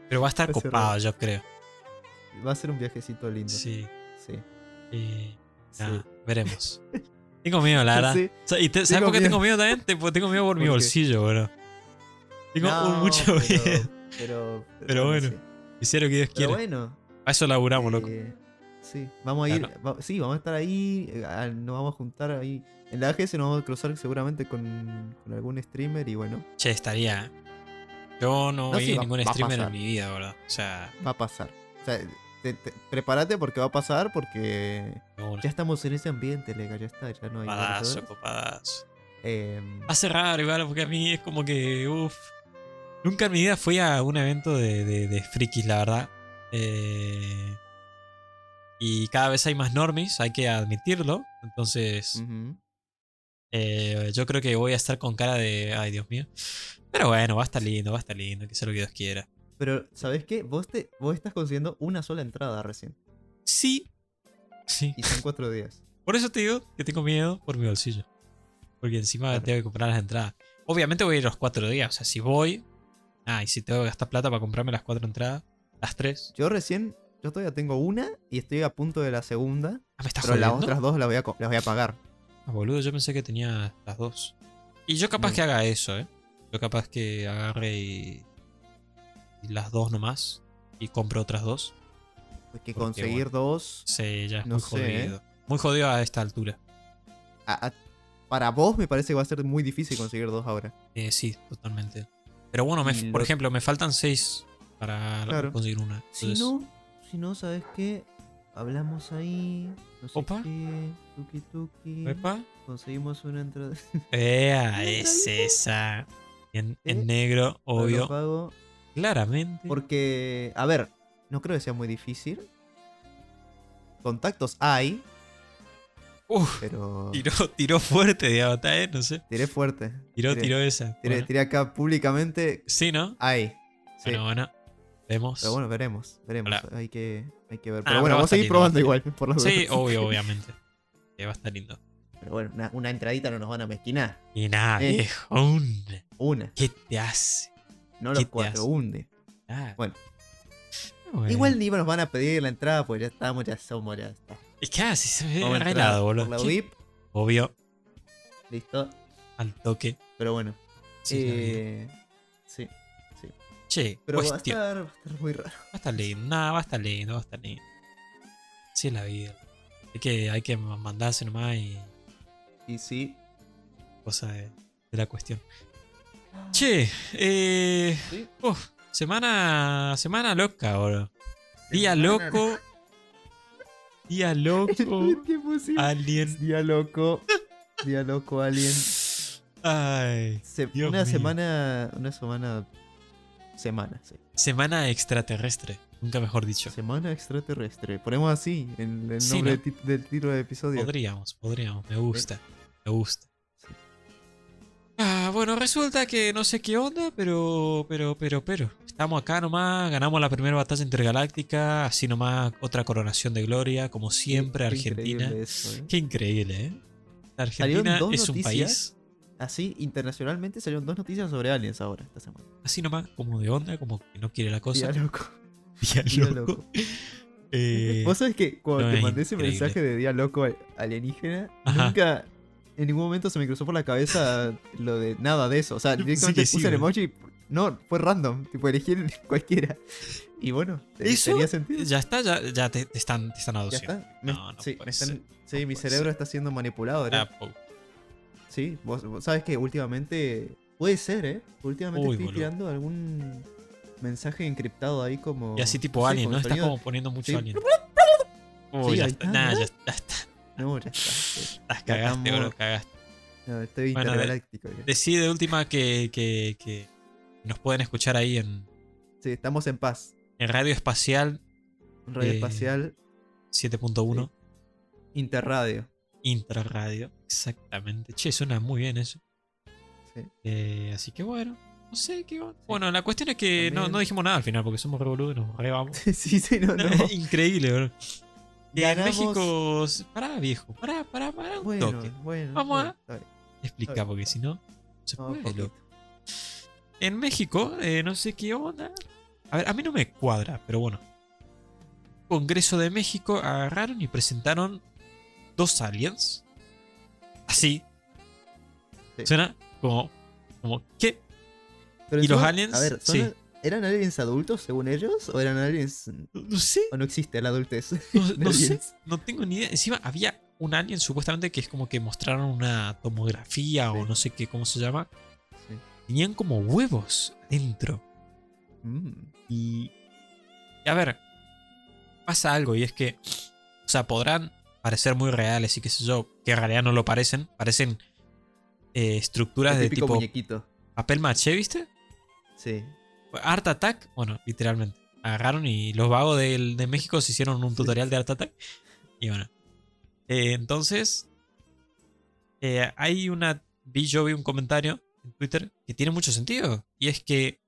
Pero va a estar
Va a ser
copado,
raro.
yo creo.
raro. Va a ser un viajecito lindo.
Sí.
Sí.
eh,
sí.
nada, veremos. Tengo miedo, la verdad.
Sí.
O sea, y te- ¿Sabes
Tengo
por qué
miedo.
tengo miedo también? Te- porque Tengo miedo por mi
¿Por qué?
bolsillo, bro. Tengo un
No,
mucho
pero,
miedo.
Pero,
Pero bueno,
sí.
Hiciera lo que Dios
Pero
quiera.
bueno.
Para eso laburamos, loco.
eh, sí, vamos a ir. va- sí, vamos a estar ahí. eh, ah, nos vamos a juntar ahí. En la AGS nos vamos a cruzar seguramente con, con algún streamer y bueno,
Che, estaría. ¿eh? Yo no,
No,
vi
sí, va-
ningún
va a
streamer en
pasar.
mi vida, bro. O sea,
va a pasar. O sea, te- te- prepárate porque va a pasar porque
no,
ya estamos en ese ambiente, Lega. Ya está, ya no hay.
copadazo,
perdedores.
copadazo.
Em,
Hace raro igual, porque a mí es como que, uff. Nunca en mi vida fui a un evento de, de, de frikis, la verdad. Eh, y cada vez hay más normies, hay que admitirlo. Entonces,
ujú.
eh, yo creo que voy a estar con cara de, ay Dios mío. Pero bueno, va a estar lindo, va a estar lindo, que sea lo que Dios quiera.
Pero, ¿sabes qué? Vos, te, vos estás consiguiendo una sola entrada recién.
Sí, sí.
Y son cuatro días.
Por eso te digo que tengo miedo por mi bolsillo. Porque encima
Claro.
tengo que comprar las entradas. Obviamente voy a ir los cuatro días. O sea, si voy. Ah, y si tengo que gastar plata para comprarme las cuatro entradas. Las tres.
Yo recién, yo todavía tengo una y estoy a punto de la segunda.
Ah, me estás
Pero las
jodiendo.
otras dos las voy a, co- las voy a pagar.
Ah, boludo, yo pensé que tenía las dos. Y yo capaz
No.
que haga eso, eh. Yo capaz que agarre y. y las dos nomás. Y compro otras dos.
Porque
Porque,
conseguir dos.
Sí, ya es
No
muy
sé, eh.
jodido. Muy jodido a esta altura.
a- a- para vos me parece que va a ser muy difícil conseguir dos ahora.
Eh, sí, totalmente. Pero bueno, me-
Y
por
lo-
ejemplo, me faltan seis para
Mm, Claro.
conseguir una. Entonces-
Si no, si no, ¿sabes qué? Hablamos ahí. No sé
Opa.
qué. Tuki tuki.
Epa.
Conseguimos una entrada.
Ea,
¿Otra
es esa. En, en
¿Eh?
negro,
pero lo
obvio.
pago.
Claramente.
Porque, a ver, no creo que sea muy difícil. Contactos hay,
Uf,
pero.
tiró, tiró fuerte, digamos, está, eh, no sé.
Tiré fuerte.
Tiró,
Tiré-
tiró esa.
Tiré,
Bueno.
tiré acá públicamente.
Sí, ¿no?
Hay. Sí.
Bueno, bueno. Vemos.
Pero bueno, veremos, veremos.
Hola.
Hay que, hay que ver.
Ah,
Pero bueno,
pero va a
vamos a
estar
seguir
lindo,
probando
va a
igual, por las
sí,
dudas.
obvio, obviamente. Que va a estar lindo.
Pero bueno, una, una entradita no nos van a mezquinar.
Y nada,
Eh.
viejón.
Una,
¿Qué te hace?
no
¿Qué
los
te
cuatro,
hace?
hunde.
Ah,
Bueno.
bueno.
Igual ni nos van a pedir la entrada, pues ya estamos, ya somos, ya está.
Es que así se ve
Vamos a entrar
arreglado,
por
boludo.
La
¿Qué?
UIP,
Obvio,
listo.
al toque.
Pero bueno.
Sí, la vida.
eh, sí.
Che,
Pero va a,
cuestión.
estar, va a estar muy raro.
Va a estar lindo, nada, va a estar lindo, va a estar lindo. Así es la vida. Hay que, hay que mandarse nomás y
Y sí.
cosa de, de la cuestión. Che, eh.
Sí.
uf, semana. Semana loca, bro. Día
Semana
loco. Día loco.
¿Qué pusimos?
Ah. Alien.
Día loco. Día loco, alien.
Ay.
Se-
Dios
una
mío.
semana. Una semana. Semana, sí.
Semana extraterrestre. Nunca mejor dicho.
Semana extraterrestre. Ponemos así el, el
Sí,
nombre
¿no?
de ti- del título del episodio.
Podríamos, podríamos. Me gusta. Me gusta.
Sí.
Ah, bueno, resulta que no sé qué onda, pero, pero, pero, pero. Estamos acá nomás, ganamos la primera batalla intergaláctica, así nomás otra coronación de gloria, como
Qué-
siempre,
qué
Argentina.
increíble eso, ¿eh?
Qué increíble, ¿eh? La
Salieron
Argentina
dos
es un
noticias.
país
Así, internacionalmente salieron dos noticias sobre aliens ahora esta semana.
así nomás, como de onda, como que no quiere la
Día
cosa.
loco.
Día
día
loco.
loco.
Eh,
Vos sabés que cuando
no,
te
es
mandé ese
increíble.
mensaje de día loco al- alienígena,
Ajá.
nunca. En ningún momento se me cruzó por la cabeza lo de nada de eso. O sea,
Yo pensé
directamente
que sí,
puse el
boludo.
emoji No, fue random. Tipo, elegí el- cualquiera. Y bueno, te-
¿Eso?
tenía sentido.
Ya está, ya, ya te, te están, te están
Ya
aduciendo.
está. Me-
No, no
sí,
puede
me están-
ser,
sí, mi
puede
cerebro
ser.
está siendo manipulado. ¿verdad?
Ah, po-
Sí, vos, vos sabes que últimamente. Puede ser, ¿eh? Últimamente
Uy,
estoy
boludo.
tirando algún mensaje encriptado ahí como.
Y así tipo
sí,
alien,
con
¿no? Estás
sonido-
como poniendo mucho
sí.
alien.
Sí,
Uy, ya
ahí
está.
está,
Nah,
¿no?
ya está. estás-
No, ya está.
Estás cagaste, bro,
estamos-
cagaste.
No, estoy
Bueno, de-
intergaláctico. ¿eh? ya.
Decí de última que, que, que nos pueden escuchar ahí en,
Sí, estamos en paz.
en Radio Espacial
Radio
Eh,
espacial,
7.1,
Interradio.
Intraradio. Exactamente. Che, suena muy bien eso.
Sí.
Eh, así que bueno, no sé qué va. Bueno, la cuestión es que no,
También-
no dijimos nada al final porque somos revoludos y nos re vamos.
sí, sí, no, no.
Increíble, bro. Que en
Ganamos-
México. Pará, viejo. Pará, pará, pará. Un
Bueno,
toque.
bueno.
Vamos
bueno, está bien.
Explica, porque si no. Se
No,
puede,
poquito.
loco. En México, eh, no sé qué onda. A ver, a mí no me cuadra, pero bueno. Congreso de México agarraron y presentaron dos aliens. Así.
Sí.
Suena como. como ¿Qué?
Pero
¿Y los
encima,
aliens?
A ver, son-
Sí.
¿eran aliens adultos según ellos? ¿O eran aliens.?
No sé.
¿O no existe la adultez?
No,
de
no sé.
aliens?
No tengo ni idea. Encima había un alien supuestamente que es como que mostraron una tomografía o
Sí.
no sé qué, cómo se llama.
Sí.
Tenían como huevos adentro.
Mm,
Y. y a ver, pasa algo y es que. O sea, podrán parecer muy reales y qué sé yo, que en realidad no lo parecen. Parecen eh, estructuras
el
de
típico
tipo
muñequito.
papel maché, ¿viste?
Sí.
Art Attack, bueno, literalmente. Agarraron y los vagos del- de, México se hicieron un tutorial de Art Attack. Y bueno. Eh, entonces. eh, hay una. Vi, yo vi un comentario en Twitter que tiene mucho sentido. Y es que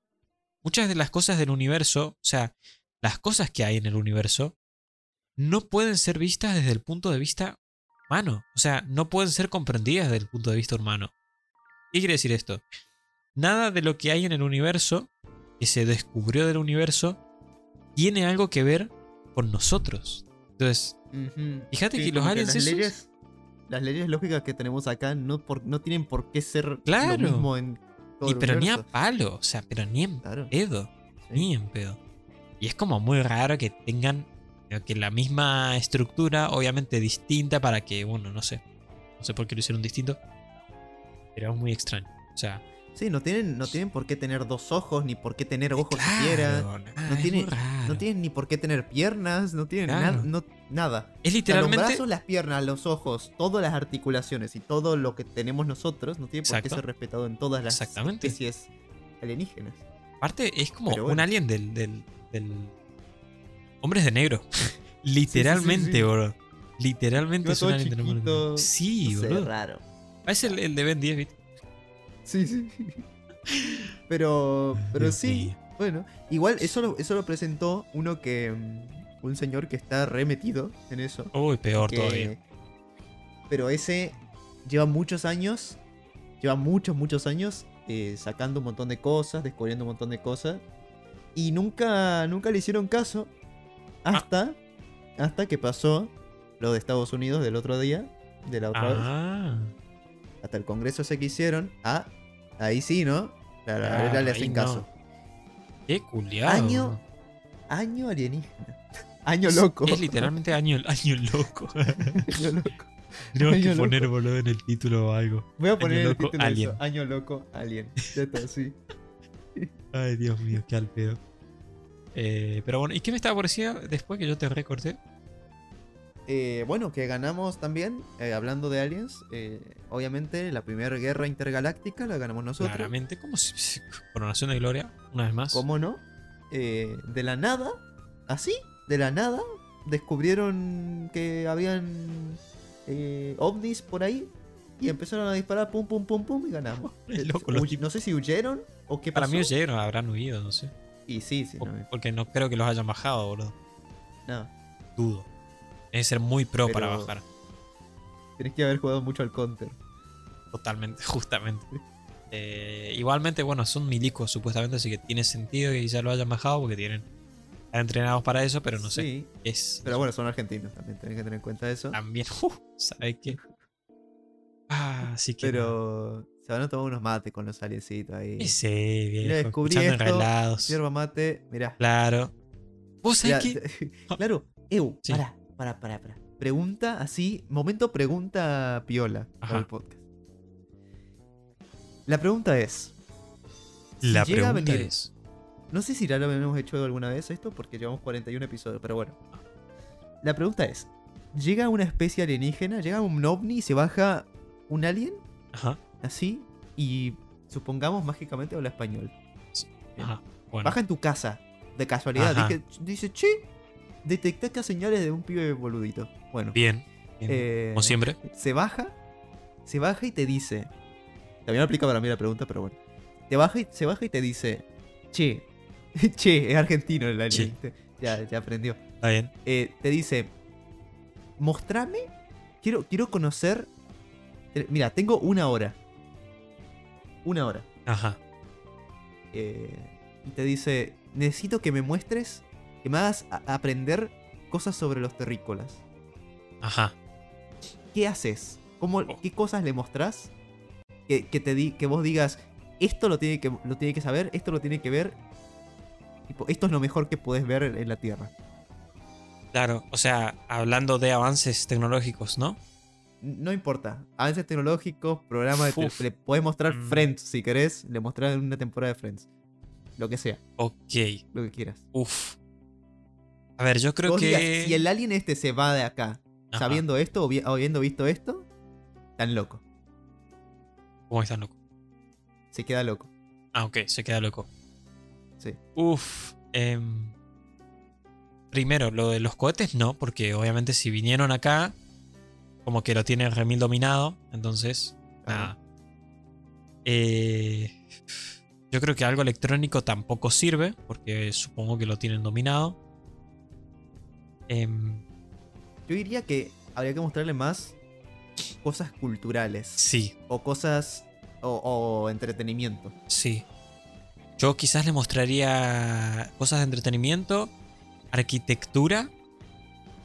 muchas de las cosas del universo, o sea, las cosas que hay en el universo, no pueden ser vistas desde el punto de vista humano. O sea, no pueden ser comprendidas desde el punto de vista humano. ¿Qué quiere decir esto? Nada de lo que hay en el universo que se descubrió del universo tiene algo que ver con nosotros. Entonces,
Ujú.
Fíjate
Sí,
que los
como
aliens
las
esos-
leyes, las leyes lógicas que tenemos acá no, por, no tienen por qué ser
Claro.
lo mismo en todo
y
el
pero ni a
universo.
palo, o sea, pero ni en
Claro.
pedo,
Sí.
ni en pedo. Y es como muy raro que tengan creo que la misma estructura, obviamente distinta para que, bueno, no sé, no sé por qué lo hicieron distinto, pero es muy extraño. O sea,
Sí, no tienen, no tienen por qué tener dos ojos, ni por qué tener ojos siquiera.
claro,
No
es
tiene-
muy raro.
No tienen ni por qué tener piernas, no tienen
Claro.
nada- no- nada.
es
O sea, los
literalmente
brazos, las piernas, los ojos, todas las articulaciones y todo lo que tenemos nosotros no tiene por
Exacto.
qué ser respetado en todas las
Exactamente.
especies alienígenas.
Aparte, es como
Pero
un
bueno.
alien del, del, del- Hombres de negro. Literalmente,
sí.
bro. Literalmente
Iba
es un
todo
alien del hombre de negro.
chiquito,
Sí,
No sé,
bro.
raro.
Parece el, el de Ben 10, ¿viste?
Sí, sí. Pero, pero
Dios
sí,
mío.
bueno. Igual eso lo, eso lo presentó uno que... mm, Un señor que está remetido en eso.
Uy, peor
que-
todavía.
Pero ese lleva muchos años, lleva muchos, muchos años eh, sacando un montón de cosas, descubriendo un montón de cosas. Y nunca, nunca le hicieron caso. Hasta, hasta que pasó lo de Estados Unidos del otro día, de la otra vez,
Ah,
hasta el congreso ese que hicieron. Ah, ahí sí, ¿no? Claro, ahora
claro,
le
Ah, ahí
hacen
no.
caso.
Qué culiado.
Año
bro.
Año alienígena. Año
Es-
loco.
Es, literalmente año, año loco.
Año loco.
Tenemos
Año
que
loco.
poner, boludo, en el título o algo.
Voy a poner el
loco,
título de eso,
alien.
Año loco alien. Ya está, sí.
Ay, Dios mío, qué al pedo. Eh, pero bueno, ¿y qué me estaba por decir después que yo te recorté?
Eh, bueno, que ganamos también, eh, hablando de aliens, eh, obviamente la primera guerra intergaláctica la ganamos nosotros.
Claramente, como si. Coronación de Gloria, una vez más.
¿Cómo no? Eh, de la nada, así, de la nada, descubrieron que habían eh, ovnis por ahí y empezaron a disparar, pum, pum, pum, pum, y ganamos.
Es
Eh,
loco, los
huy-
tipos.
no sé si huyeron o qué
Para
pasó.
mí Oh. oyeron, habrán huido, no sé.
y sí, sí,
O-
no,
Porque no creo que los hayan bajado, boludo.
no.
Dudo. Debe ser muy pro
Pero-
para bajar.
Tenés que haber jugado mucho al counter.
Totalmente, justamente. Eh, igualmente, bueno, son milicos supuestamente, así que tiene sentido que ya lo hayan bajado porque tienen. Están entrenados para eso, pero no sé. Ah,
Sí,
Es
pero bueno, son argentinos también, tenés que tener en cuenta eso.
también. Uh, ¿Sabes qué? Ah, sí que. no.
Pero se van a tomar unos mates con los aliencitos ahí.
Ese, viejo.
descubrí
escuchando
esto,
enrailados.
Sierva mate, mirá.
Claro. ¿Vos sabés
Mirá,
que
claro, Ew,
Ah. Sí.
pará, pará, pará, pará. Pregunta así, momento pregunta piola
Ajá.
para el podcast. La pregunta es, si
La
llega a
pregunta
venir-
es.
no sé si ya lo hemos hecho alguna vez esto porque llevamos 41 episodios, pero bueno. La pregunta es, ¿llega una especie alienígena, llega un ovni y se baja un alien
Ajá.
así y supongamos mágicamente habla español?
Ajá. Bueno.
Baja en tu casa, de casualidad.
Ajá.
Dije, dice, che, detecta acá señales de un pibe boludito. Bueno.
Bien. bien,
eh,
Como siempre.
se baja, se baja y te dice. También aplica para mí la pregunta, pero bueno. Te baja y, se baja y te dice, che, che, es argentino el alien. Ya, ya aprendió.
Está bien.
Eh, te dice, mostrame, quiero, quiero conocer. te- Mira, tengo una hora. Una hora.
Ajá.
Eh, y te dice, necesito que me muestres, que me hagas a- aprender cosas sobre los terrícolas.
Ajá.
¿qué haces? ¿Cómo,
Oh.
¿Qué cosas le mostrás? Que, que te di- que vos digas, esto lo tiene, que, lo tiene que saber, esto lo tiene que ver. tipo, esto es lo mejor que podés ver en, en la Tierra.
Claro. O sea, hablando de avances tecnológicos, ¿no?
No importa. Avances tecnológicos, programas de...
Uf.
tele- Le podés mostrar
Mm.
Friends si querés. Le mostrás una temporada de Friends. Lo que sea,
Ok.
lo que quieras.
Uf. A ver, yo creo
Vos
que.
digas, si el alien este se va de acá,
Ajá,
sabiendo esto o vi- habiendo visto esto, tan loco.
¿Cómo están loco?
Se queda loco.
Ah, ok, se queda loco.
Sí.
Uf. em, primero, lo de los cohetes no, porque obviamente si vinieron acá, como que lo tienen remil dominado, entonces, nada. Eh, yo creo que algo electrónico tampoco sirve, porque supongo que lo tienen dominado. Em,
Yo diría que habría que mostrarle más cosas culturales.
sí,
o cosas o, o entretenimiento.
Sí. Yo quizás le mostraría cosas de entretenimiento, arquitectura.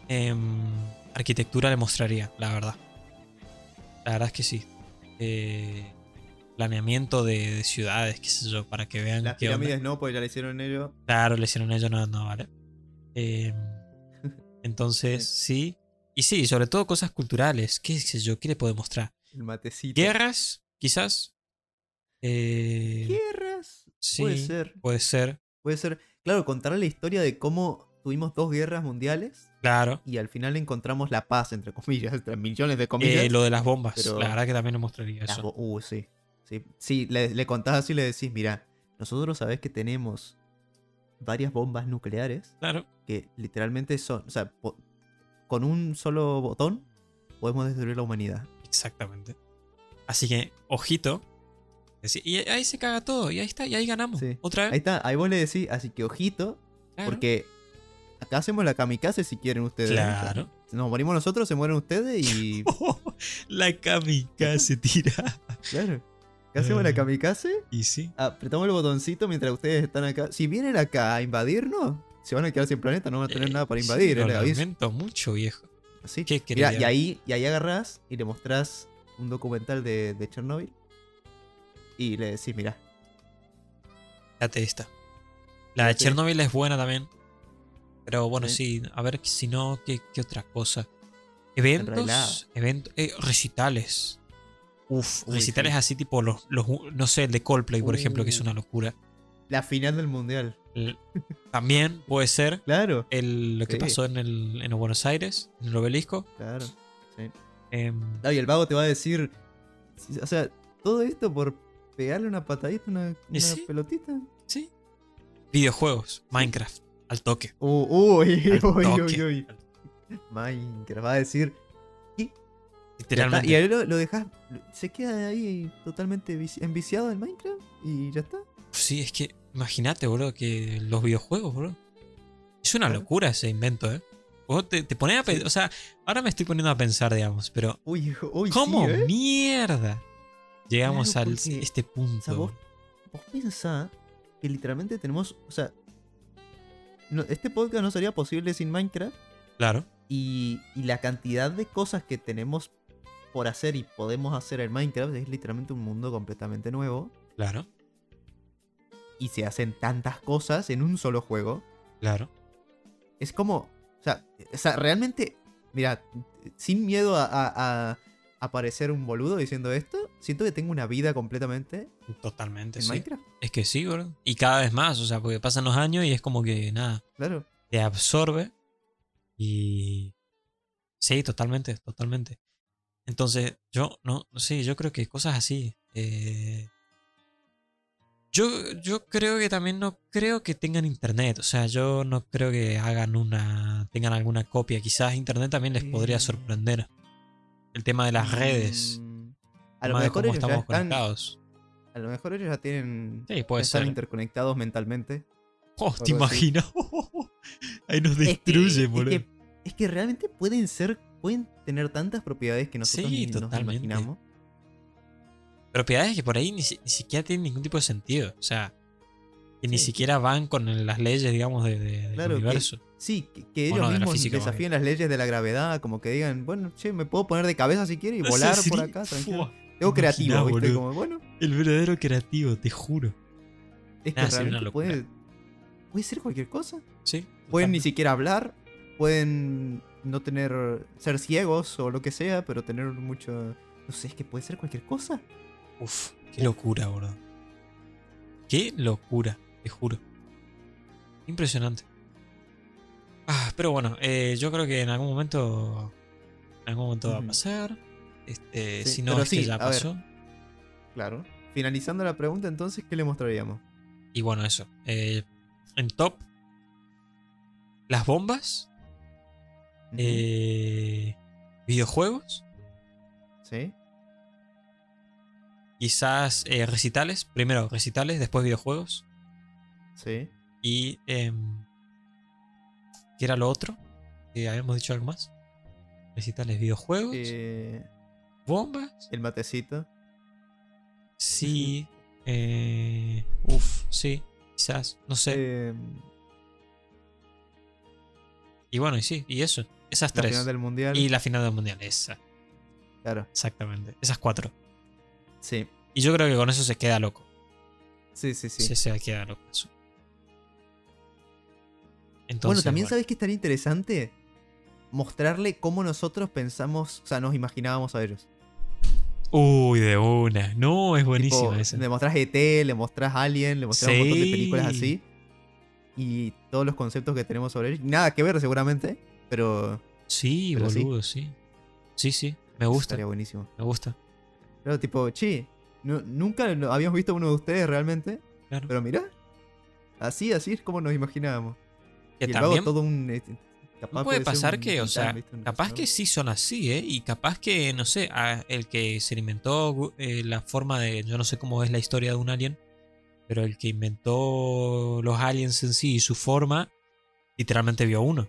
Em, arquitectura le mostraría, la verdad. La verdad es que sí. Eh, planeamiento de, de ciudades, qué sé yo, para que vean
Las
qué onda.
pirámides no, porque ya le hicieron ellos.
Claro, le hicieron ellos, no, no vale. Em, entonces, sí. Y sí, sobre todo cosas culturales, qué sé yo, qué le puedo mostrar.
El matecito.
Guerras, quizás. Eh,
Guerras. Puede
sí.
ser.
Puede ser,
Puede ser. Claro, contarle la historia de cómo tuvimos dos guerras mundiales
claro.
y al final encontramos la paz, entre comillas, entre millones de comillas.
Eh, lo de las bombas,
Pero-
la verdad que también nos mostraría
Las
eso.
bo- uh, sí. Sí, sí, le, le contás así y le decís, mira, nosotros sabés que tenemos varias bombas nucleares
Claro,
que literalmente son, o sea, po- con un solo botón podemos destruir la humanidad.
exactamente. Así que, ojito. Es- Y ahí se caga todo, y ahí está, y ahí ganamos.
Sí.
Otra
Ahí
vez.
está, ahí vos le decís, así que ojito,
claro.
Porque acá hacemos la kamikaze si quieren ustedes.
Claro.
O sea, Nos morimos nosotros, se mueren ustedes y.
la camica se tira.
claro. ¿Qué hacemos
Eh.
la kamikaze?
Y sí.
Apretamos el botoncito mientras ustedes están acá. Si vienen acá a invadirnos, se van a quedar sin planeta, no van a tener
Eh,
nada para invadir. eh,
sí, lo
le aviso.
lamento mucho, viejo.
Así.
¿Qué
Mirá,
quería?
y ahí, y ahí agarrás y le mostrás un documental de, de Chernobyl. Y le decís, mirá,
Date esta. La de
Sí.
Chernobyl es buena también. Pero bueno, sí,
Sí.
a ver si no, ¿qué, qué otra cosa? Eventos,
Enrailado.
eventos eh, recitales. Uf,
uy,
recitales
sí.
así tipo los, los, no sé, el de Coldplay, por ejemplo, que es
Uh.
una locura.
la final del mundial.
L- También puede ser
Claro,
el, lo que
Sí.
pasó en, el, en Buenos Aires, en el obelisco.
claro. Sí.
Em,
Claro, y el vago te va a decir. O sea, todo esto por pegarle una patadita, una,
Y
una
sí.
pelotita.
sí. Videojuegos, Minecraft, al toque.
Uh, uy,
Al
uy, uy,
toque.
uy. Minecraft va a decir. ya está.
Literalmente.
Y ahí lo, lo dejas. Se queda ahí totalmente vici- enviciado en Minecraft y ya está.
Sí, es que imagínate, bro, que los videojuegos, bro. Es una
Claro.
locura ese invento, ¿eh? Vos te, te pones a pensar, o sea, ahora me estoy poniendo a pensar, digamos, pero
Uy, hijo, uy,
¿cómo
sí, ¿eh?
mierda llegamos
Claro,
a
porque,
este punto?
O sea, vos, vos pensá que literalmente tenemos. O sea. no- este podcast no sería posible sin Minecraft.
Claro,
y, y la cantidad de cosas que tenemos por hacer y podemos hacer en Minecraft. Es literalmente un mundo completamente nuevo.
Claro,
Y se hacen tantas cosas en un solo juego.
claro.
Es como. O sea, o sea, realmente. Mira, sin miedo a, a- a- a parecer un boludo diciendo esto, siento que tengo una vida completamente
Totalmente,
en
sí.
Minecraft.
Es que sí, bro. Y cada vez más, o sea, porque pasan los años y es como que nada,
Claro.
te absorbe. Y. Sí, totalmente, totalmente. Entonces, yo no, no sé, yo creo que cosas así. eh, Yo, yo creo que también no creo que tengan internet. O sea, yo no creo que hagan una. tengan alguna copia. Quizás internet también les podría
Eh.
sorprender. El tema de las redes.
Mm,
el
A lo,
tema de
mejor
cómo
ellos ya
estamos
están, a
conectados.
lo mejor ellos ya tienen.
Sí, puede
están
ser.
interconectados mentalmente.
Oh, te
algo así.
imaginas. Ahí nos
Es que-
destruye,
es
boludo.
que, es que realmente pueden ser. Pueden tener tantas propiedades que nosotros
Sí,
ni nos
totalmente.
imaginamos.
Propiedades que por ahí ni, si- ni siquiera tienen ningún tipo de sentido. O sea, que ni
Sí.
siquiera van con el- las leyes, digamos, de, de- del
Claro que-
universo.
Sí, que, que ellos
Bueno, de la
mismos
física, más
desafíen las leyes de la gravedad, como que digan, bueno, che, me puedo poner de cabeza si quiere y
No sé,
volar por
sería-
acá, tranquilo.
Fua,
Tengo
imaginás,
creativo, ¿viste?
boludo.
Como, bueno,
El verdadero creativo, te juro.
es que
Nah, sería una
realmente
locura.
puede, puede ser cualquier cosa.
Sí.
Pueden ni
totalmente.
siquiera hablar, pueden no tener, ser ciegos o lo que sea, pero tener mucho, no sé, es que puede ser cualquier cosa.
Uf, qué locura, boludo. Qué locura, te juro. Impresionante. Ah, pero bueno, eh, yo creo que en algún momento. En algún momento va a
Ujú.
pasar. Este,
Sí,
si no,
pero
es que
sí,
ya
a ver.
pasó.
Claro. Finalizando la pregunta, entonces, ¿qué le mostraríamos?
Y bueno, eso. Eh, en top. Las bombas.
Ujú,
eh, videojuegos.
¿Sí?
Quizás eh, recitales. Primero recitales, después videojuegos.
Sí.
Y. em, ¿Qué era lo otro? Que habíamos dicho algo más. Recitales, videojuegos.
eh,
bombas.
el matecito.
Sí. eh, uf, sí. Quizás. No sé.
em,
y bueno, y sí. Y eso. Esas
la final
tres.
del mundial.
Y la final del mundial. Esa.
Claro.
Exactamente. Esas cuatro.
Sí.
Y yo creo que con eso se queda loco.
Sí, sí, sí.
Se, se queda loco eso. Entonces,
bueno, también sabes que es tan interesante mostrarle cómo nosotros pensamos, o sea, nos imaginábamos a ellos.
Uy, de una. No, es
Tipo,
buenísima esa.
le mostrás ET, le mostrás Alien, le mostrás un montón de películas
Sí.
así. Y todos los conceptos que tenemos sobre ellos. Nada que ver seguramente, pero
Sí,
Pero sí.
boludo, sí. Sí, sí. Me gusta.
estaría buenísimo.
Me gusta.
Pero tipo, che, nu- nunca lo- habíamos visto uno de ustedes realmente,
Claro.
pero mirá. Así, así es como nos imaginábamos.
que
y el vago
también
todo un... eh, capaz
puede
ser
pasar
un
que, o
titán,
sea,
¿viste? Una
capaz
cosa,
que sí son así, ¿eh? Y capaz que, no sé, a- el que se inventó eh, la forma de. Yo no sé cómo es la historia de un alien, pero el que inventó los aliens en sí y su forma, literalmente vio uno.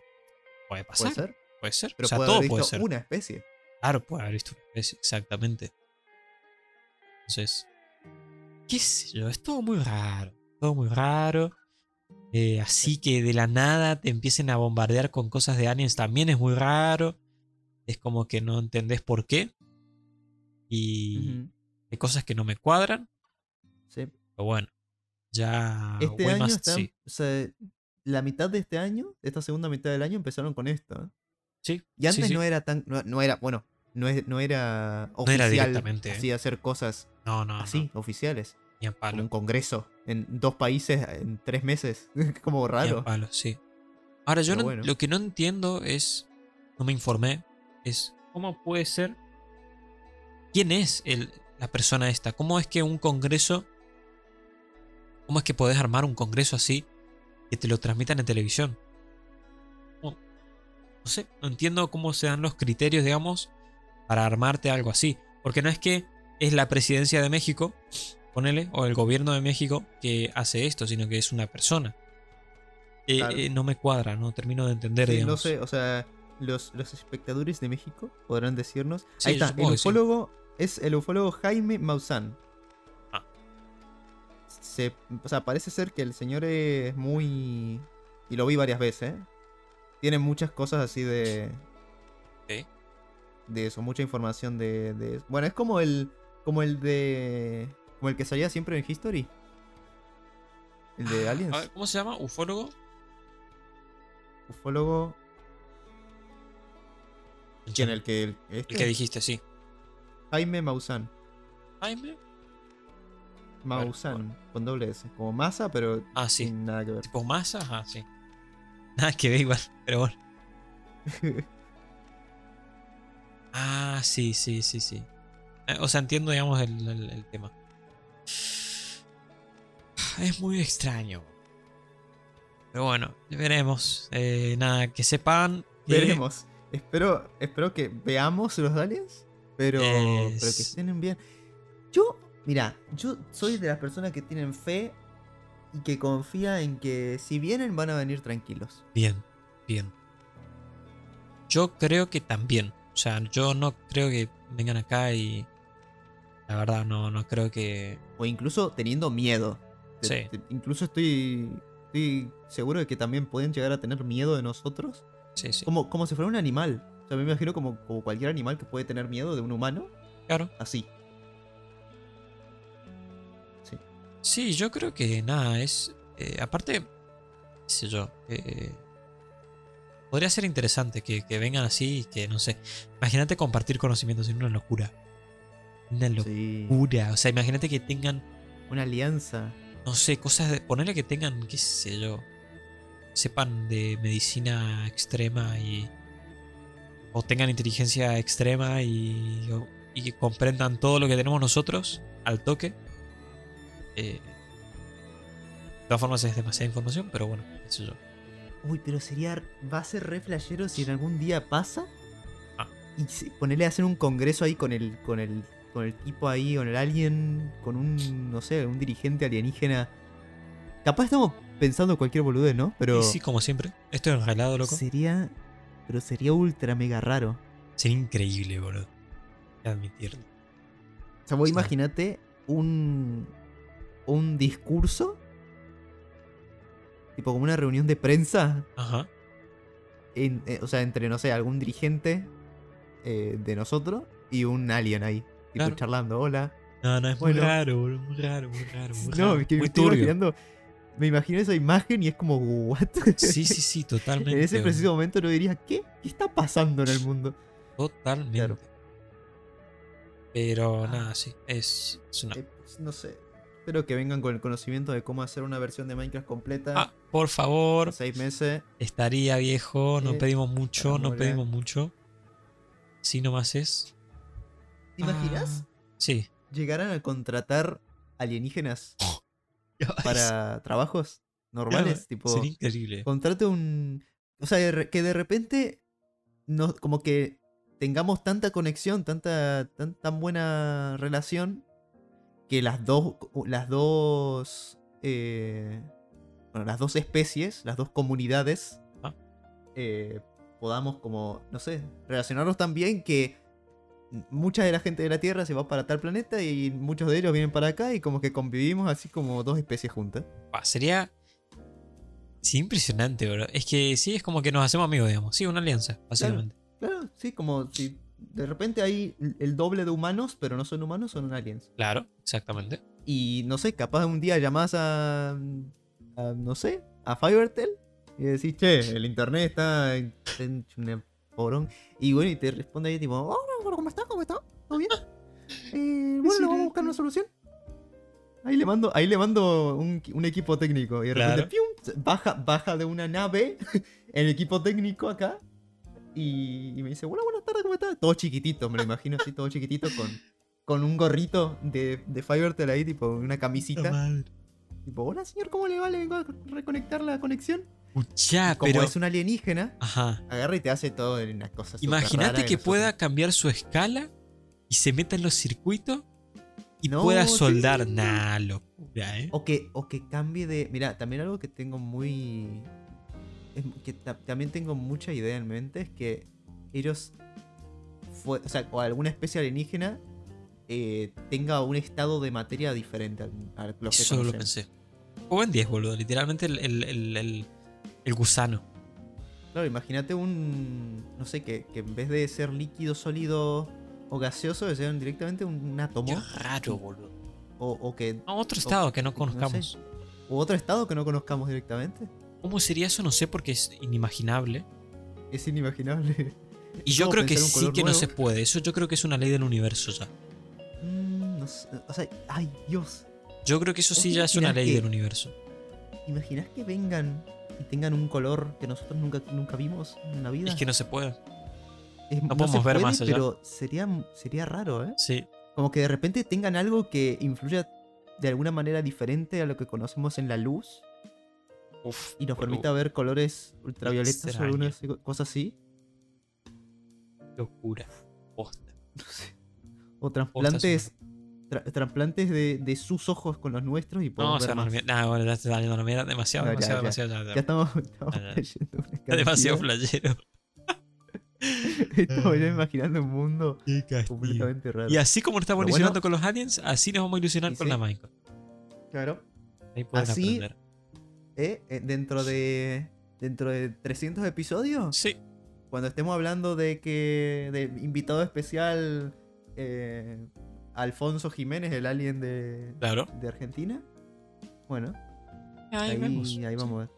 Puede pasar.
Puede ser,
Puede ser.
pero
o sea,
puede
todo
haber
puede
visto
ser.
una especie.
Claro,
pues.
puede haber visto una especie, exactamente. Entonces, qué sé yo, es todo muy raro. Todo muy raro. Eh, así que de la nada te empiecen a bombardear con cosas de aliens también es muy raro. Es como que no entendés por qué. Y
Ujú,
hay cosas que no me cuadran.
sí.
Pero bueno, ya.
Este
we
año
must
están,
see.
o sea, la mitad de este año, de esta segunda mitad del año empezaron con esto. ¿eh?
Sí,
Y antes
sí, sí.
no era tan, no, no era, bueno, no, es- no era oficial
era directamente, ¿eh?
así hacer cosas
No, no, no,
así, oficiales.
ni a
Como
palo.
un congreso en dos países en tres meses. como
Ni a
raro.
palo, sí. Ahora, yo
Pero
no-
bueno.
lo que no entiendo es. No me informé. Es cómo puede ser. ¿Quién es el- la persona esta? ¿Cómo es que un congreso. ¿Cómo es que podés armar un congreso así que te lo transmitan en televisión? No, no sé, no entiendo cómo se dan los criterios, digamos, para armarte algo así. Porque no es que es la presidencia de México, ponele, o el gobierno de México que hace esto, sino que es una persona. Eh,
Claro.
eh, no me cuadra, no termino de entender,
Sí,
digamos.
no sé, o sea, los, los espectadores de México podrán decirnos.
Sí,
Ahí está,
yo
el
supongo que sí.
ufólogo es el ufólogo Jaime Maussan.
Ah.
Se, o sea, parece ser que el señor es muy. Y lo vi varias veces. ¿eh? Tiene muchas cosas así de.
Ok.
de eso, mucha información de, de- Bueno, es como el. como el de. como el que salía siempre en History. El de
Ah, A ver,
Aliens.
¿cómo se llama? ¿Ufólogo?
Ufólogo. ¿Quién? El que. El,
El
este?
que dijiste, sí.
Jaime Maussan.
Jaime.
Maussan, con doble S. Como masa, pero
Ah, sí.
sin nada que ver.
Tipo masa, ajá, sí. Nada que ver igual, pero bueno. Ah, sí, sí, sí, sí. Eh, O sea, entiendo, digamos, el, el- el tema. Es muy extraño. Pero bueno, veremos. Eh, nada, que sepan. que-
Veremos. Espero, espero que veamos los aliens, pero,
Eh,
pero que
s-
estén bien. Yo, mira, yo soy de las personas que tienen fe y que confía en que si vienen van a venir tranquilos.
Bien, bien. Yo creo que también. O sea, yo no creo que vengan acá y. La verdad, no, no creo que.
O incluso teniendo miedo. Te-
Sí.
te- incluso estoy, estoy seguro de que también pueden llegar a tener miedo de nosotros.
Sí, sí.
Como, como si fuera un animal. O sea, me imagino como, como cualquier animal que puede tener miedo de un humano.
Claro.
Así.
Sí, yo creo que nada, es. eh, aparte, qué sé yo. eh, podría ser interesante que, que vengan así y que, no sé. Imagínate compartir conocimientos en una locura. Una
Sí.
locura. O sea, imagínate que tengan,
Una alianza.
no sé, cosas de. Ponerle que tengan, qué sé yo. Sepan de medicina extrema y. O tengan inteligencia extrema y. o- y que comprendan todo lo que tenemos nosotros al toque. Eh, de todas formas es demasiada información, pero bueno, qué sé yo.
Uy, pero sería. Va a ser re flashero si en algún día pasa.
Ah.
Y si- ponerle a hacer un congreso ahí con el. con el. con el tipo ahí, con el alien. Con un. no sé, un dirigente alienígena. Capaz estamos pensando cualquier boludez, ¿no? Pero.
Y sí, como siempre. Esto es enjalado, loco.
Sería. Pero sería ultra mega raro.
Sería increíble, boludo. Hay que Admitirlo.
O sea, vos
Sí.
imagínate un. un discurso. Tipo como una reunión de prensa
Ajá.
en- eh, o sea, entre, no sé, algún dirigente eh, de nosotros y un alien ahí. Tipo
Claro.
charlando, hola.
No, no, es muy
Bueno.
raro, boludo. Muy raro, muy raro. Muy,
No,
raro.
es que me
muy
estoy
turbio.
imaginando- Me imagino esa imagen y es como, ¿what?
Sí, sí, sí, totalmente.
en ese
boludo.
preciso momento no diría, ¿qué? ¿Qué está pasando en el mundo?
Totalmente.
Claro.
Pero
Ah.
nada, sí. Es, es una.
Eh, pues, no sé. Espero que vengan con el conocimiento de cómo hacer una versión de Minecraft completa
Ah, por favor.
en seis meses.
Estaría viejo. No
Eh,
pedimos mucho,
para
no
molar.
pedimos mucho. Sí, nomás es.
¿Te imaginas?
Ah, sí.
Llegarán a contratar alienígenas para trabajos normales, tipo.
Sería increíble.
contrate un. O sea, de re- que de repente. No, como que tengamos tanta conexión, tanta. tan, tan buena relación. Que las dos. Las dos. eh, bueno, las dos especies, las dos comunidades.
Ah.
eh, podamos como. No sé. Relacionarnos tan bien que. Mucha de la gente de la Tierra se va para tal planeta y muchos de ellos vienen para acá y como que convivimos así como dos especies juntas.
Pa, sería. Sí, impresionante, bro. Es que sí, es como que nos hacemos amigos, digamos. Sí, una alianza, básicamente.
Claro, Ah, sí, como si de repente hay el doble de humanos, pero no son humanos, son aliens.
Claro, exactamente.
Y no sé, capaz un día llamás a, a, no sé, a Fivertel y decís, che, el internet está en en una porón. Y bueno, y te responde ahí tipo, hola, bueno, ¿cómo estás? ¿Cómo estás? ¿Todo bien? Eh, bueno, le vamos a buscar una solución. Ahí le mando, ahí le mando un, un equipo técnico y de repente
Claro.
¡pium! se- baja, baja de una nave el equipo técnico acá y, y me dice, hola, buenas tardes, ¿cómo estás? Todo chiquitito, me lo imagino así, todo chiquitito con, con un gorrito de, de Fivertel ahí, tipo una camisita. Tipo, hola señor, ¿cómo le va? Le vengo a reconectar la conexión.
Escuchá,
Como
Ah, pero.
es un alienígena,
Ajá.
agarra y te hace todo en una cosa súper rara
Imagínate que
nosotros-
pueda cambiar su escala y se meta en los circuitos y
No,
pueda
sí.
soldar. Nah, locura, eh.
O que, o que cambie de. Mira, también algo que tengo muy. es que ta- también tengo mucha idea en mente es que ellos. fue- o sea, o alguna especie alienígena eh, tenga un estado de materia diferente al, a lo que
Eso lo
conocemos.
pensé. Jugó en 10, boludo. Literalmente el, el- el- el- el gusano.
Claro, imagínate un. No sé, que, que en vez de ser líquido, sólido o gaseoso, sean directamente un átomo.
Qué raro, boludo.
O, o que.
A otro estado que no
no sé.
conozcamos.
O otro estado que no conozcamos directamente.
¿Cómo sería eso? No sé porque es inimaginable.
Es inimaginable.
Y yo
¿Cómo
creo que
pensar un
sí
color
que no
nuevo?
se puede. Eso yo creo que es una ley del universo ya.
Mm, no sé, O sea, ay, Dios.
Yo creo que eso
¿Vos
sí
te
ya es una
imaginás
ley
que-
del universo.
¿Imaginás que vengan y tengan un color que nosotros nunca, nunca vimos en la vida?
Es que no se puede.
Es-
no
se
podemos ver más allá.
Pero sería, sería raro, ¿eh?
Sí.
Como que de repente tengan algo que influya de alguna manera diferente a lo que conocemos en la luz
Uf,
y nos
boludo,
permita ver colores ultravioletas o
Extraño.
alguna así- cosa así.
Locura. Posta.
No sé. O trasplantes, tra- trasplantes de, de sus ojos con los nuestros y
No,
podemos
o sea,
ver
no,
más.
mierda. Nah, bueno, ya está dañando la mierda. Demasiado,
No, ya,
demasiado,
ya.
demasiado. ya, ya.
Ya estamos, estamos
Ah, ya.
cayendo en una
Está demasiado
escalofrío.
flayero.
Estamos ya imaginando un mundo
Qué castigo.
completamente raro.
Y así como nos estamos
Lo bueno-
ilusionando con los aliens, así nos vamos a ilusionar
Y
con
sí.
la Minecraft.
Claro.
Ahí pueden
Así-
aprender.
¿Eh? Eh, Dentro de. Dentro de 300 episodios,
Sí,
cuando estemos hablando de que. de invitado especial. eh, Alfonso Jiménez, el alien de,
claro.
de Argentina. Bueno, ahí,
Ahí,
ahí
vemos.
vamos. a ver.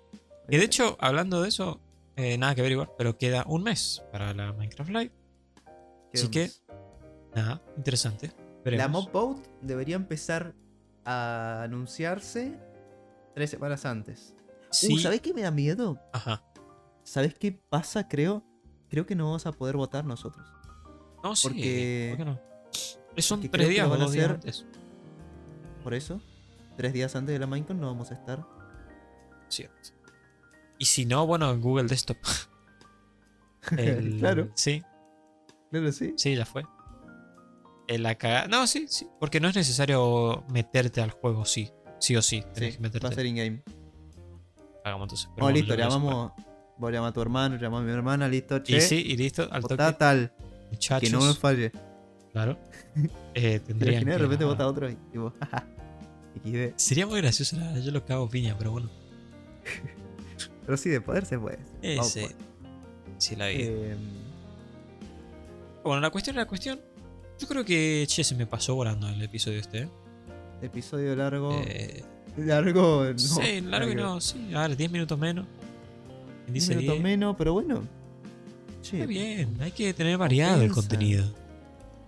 Y de hecho, hablando de eso, eh, nada que averiguar, pero queda un mes para la Minecraft Live.
¿Qué
así que-
vemos?
Nada, interesante.
La
Veremos.
Mob Boat debería empezar a anunciarse tres semanas antes.
sí.
Uh, ¿Sabes qué me da miedo?
Ajá.
¿Sabes qué pasa? Creo, creo que no vamos a poder votar nosotros.
No, sí.
Porque-
¿por qué no? Son
porque creo
tres
que lo
días o
van a
dos días
hacer-
antes.
Por eso, tres días antes de la Minecon no vamos a estar.
Cierto. Y si no, bueno, en Google Desktop. El-
Claro.
Sí,
Claro, sí.
sí, ya fue. Eh, La cagada. No, sí, sí. Porque no es necesario meterte al juego, sí. Sí o sí. Tenés que
va a ser
meterte.
in-game.
Hagamos entonces. Pero
No,
bueno,
listo,
yo creo que se
llamamos. Voy a llamar a tu hermano, llamamos a mi hermana, listo,
puede.
che.
Y sí, y listo. Al
votá
toque.
tal,
Muchachos.
que no nos falle.
Claro.
Te
Eh, tendrían
imaginas, de
que-
repente vota otro y tipo, jaja. XD.
Sería muy gracioso. la verdad, Yo lo cago piña, pero bueno.
Pero sí, de poder se puede. Vamos,
Ese.
pues.
Sí, la vida.
Em,
Bueno, la cuestión, la cuestión. Yo creo que, che, se me pasó volando el episodio este. ¿eh?
Episodio largo.
Eh,
Largo, no.
sí, largo y no, sí. A ver, 10 minutos menos. Quien
Diez
Dice
minutos
10.
menos, pero bueno. Sí,
Está bien, hay que tener variado el
Compensa.
contenido.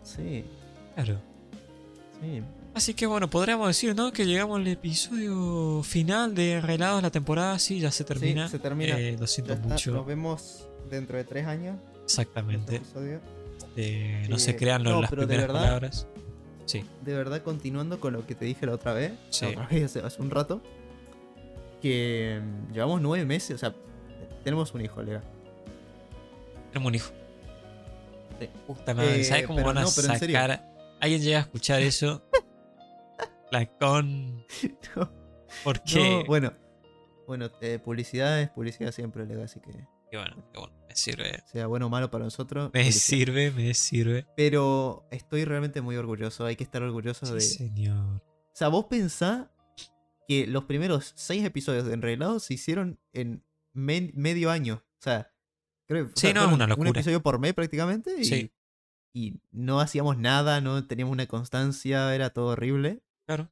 Sí,
Claro.
sí.
Así que bueno, podríamos decir, ¿no? Que llegamos al episodio final de Relados, la temporada, sí, ya se termina.
se termina.
Eh, lo
Ya
siento
está,
mucho.
Nos vemos dentro de tres años. en otro
Exactamente.
episodio.
Eh, no se
Eh,
crean lo-
no,
las
pero de
primeras
verdad-
palabras.
de verdad, continuando con lo que te dije la otra vez,
Sí.
la otra vez hace, hace un rato, que mm, llevamos nueve meses, o sea, tenemos un hijo, Lega.
Tenemos un hijo.
Sí.
Puta madre,
Eh,
¿sabes cómo
pero
van a
no, pero en serio.
sacar? Alguien llega a escuchar eso. la con.
No,
¿Por
no,
qué?
bueno, bueno, eh, publicidad es publicidad siempre, Lega, así que
Qué bueno, qué bueno. Me sirve.
sea bueno o malo para nosotros.
Me
publicidad.
sirve, me sirve.
Pero estoy realmente muy orgulloso, hay que estar orgulloso
Sí,
de...
señor.
O sea, vos pensá que los primeros seis episodios de Enredados se hicieron en men- medio año. O sea, creo que
Sí,
fue-
no, es
fueron
una locura.
un episodio por mes prácticamente. Y,
Sí.
y no hacíamos nada, no teníamos una constancia, era todo horrible.
Claro.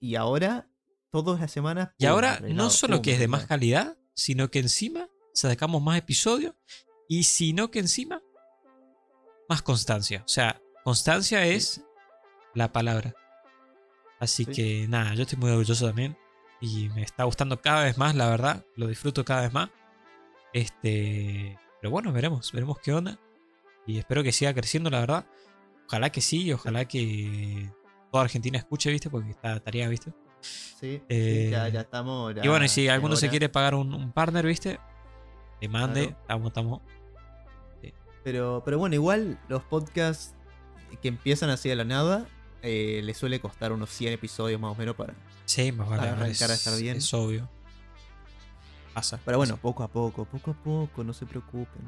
Y ahora, todas las semanas.
Y
pum,
ahora, no
Enredados,
solo
pum,
que es de más
Enredados.
calidad, sino que encima sacamos más episodios. Y sino que encima, más constancia. O sea, constancia es la palabra. Así
Sí.
que nada, yo estoy muy orgulloso también. Y me está gustando cada vez más, la verdad. Lo disfruto cada vez más. Este. Pero bueno, veremos, veremos qué onda. Y espero que siga creciendo, la verdad. Ojalá que sí, y ojalá que toda Argentina escuche, ¿viste? Porque está tarea, ¿viste?
Sí, sí,
Eh,
ya, ya estamos.
Y
ya
bueno, y si
es
alguno se
hora.
quiere pagar un, un partner, ¿viste? Te mande,
Claro.
estamos, estamos.
Pero, pero bueno, igual los podcasts que empiezan así de la nada. eh, les suele costar unos 100 episodios más o menos para,
Sí, más vale.
Para
¿no?
arrancar a
Es-
estar bien.
Es obvio. Pasa.
Pero bueno,
pasa.
poco a poco, poco a poco, no se preocupen.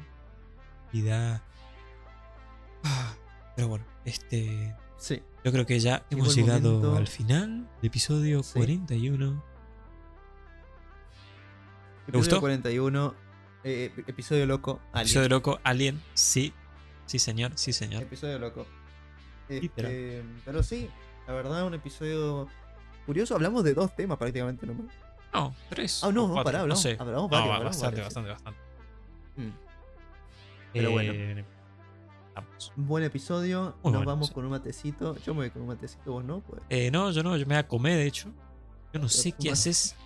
Y da- Ah, Pero bueno, este.
Sí.
Yo creo que ya
Llegó
hemos
el
llegado
momento.
al final del episodio
Sí.
41.
Episodio
gustó?
41. Eh, ep- episodio loco. Alien.
Yo de loco, Alien, sí. Sí, señor, sí, señor.
Episodio loco.
Literal.
Este, pero sí, la verdad, un episodio curioso. Hablamos de dos temas prácticamente nomás.
No, tres.
Ah,
o
no, no,
cuatro,
pará, hablamos,
sé.
hablamos
No,
varios,
va-
hablamos
bastante,
varios, sí.
bastante, bastante.
Mm. Pero bueno.
Eh, vamos.
Un buen episodio. Nos
bueno,
vamos
sí.
con un matecito. Yo me voy con un matecito, vos no, pues.
Eh, no, yo no, yo me voy a comer, de hecho. Yo no sé qué
fuma.
haces.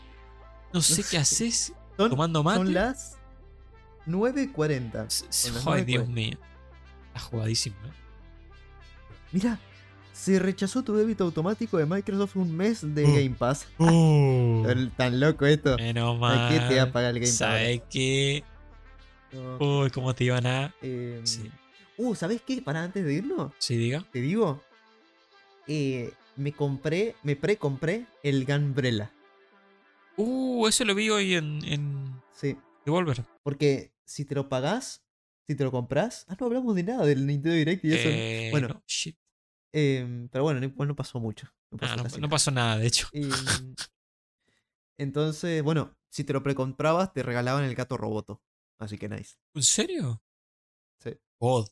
No sé
sé.
qué haces
Son,
tomando mate.
son las 9.40.
S- s-
son las
Joder,
nueve
Dios
cuarenta.
mío. Está jugadísimo, ¿eh?
Mira, se rechazó tu débito automático de Microsoft un mes de
Uh.
Game Pass. Tan- Tan loco esto.
Menos mal.
¿A qué te va a pagar el Game Pass?
¿Sabes qué?
No,
Uy, cómo te iban a.
em,
Sí,
Uh, ¿sabes qué? Para antes de irnos,
sí, diga.
te digo. eh, me compré, me precompré el Gunbrella.
Uh, eso lo vi hoy en, en
Sí.
Devolver.
Porque si te lo pagás, si te lo comprás. Ah, no hablamos de nada del Nintendo Direct y eso.
Eh,
bueno.
no, shit.
Em, pero bueno, no, pues no pasó mucho. No pasó
Ah, no,
casi
no
nada.
pasó nada, de hecho.
Em, entonces, bueno, si te lo precomprabas, te regalaban el gato roboto. Así que nice.
¿En serio?
Sí.
God.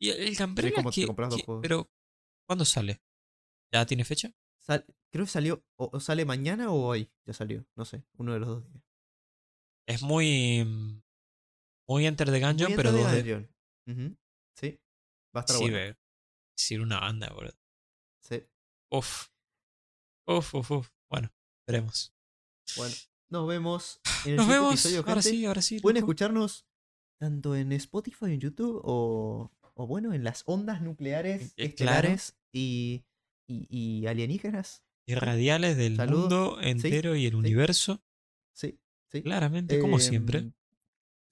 ¿Y el Gambrella
como te
qué-
compras dos
qué-
juegos.
Pero, ¿cuándo sale? ¿Ya tiene fecha?
Sal- creo que salió, o, o sale mañana o hoy. Ya salió, no sé, uno de los dos días.
Es muy. mm, Muy Enter the Gungeon,
Muy
pero
entrada
2D.
Dungeon. Ujú, Sí, va a estar
Sí,
bueno.
ve. Sí, era una banda, boludo.
Sí.
Uf. Uf, uf, uf. Bueno, veremos.
Bueno, nos vemos en el
Nos
siguiente
vemos.
episodio,
ahora
gente.
sí, ahora sí.
Pueden
loco.
escucharnos tanto en Spotify, en YouTube o, o bueno, en las ondas nucleares,
Eh, claro.
estelares y, y, y alienígenas.
Y radiales del
Saludos.
mundo entero y el universo.
Sí, sí.
Claramente, como
Em,
siempre.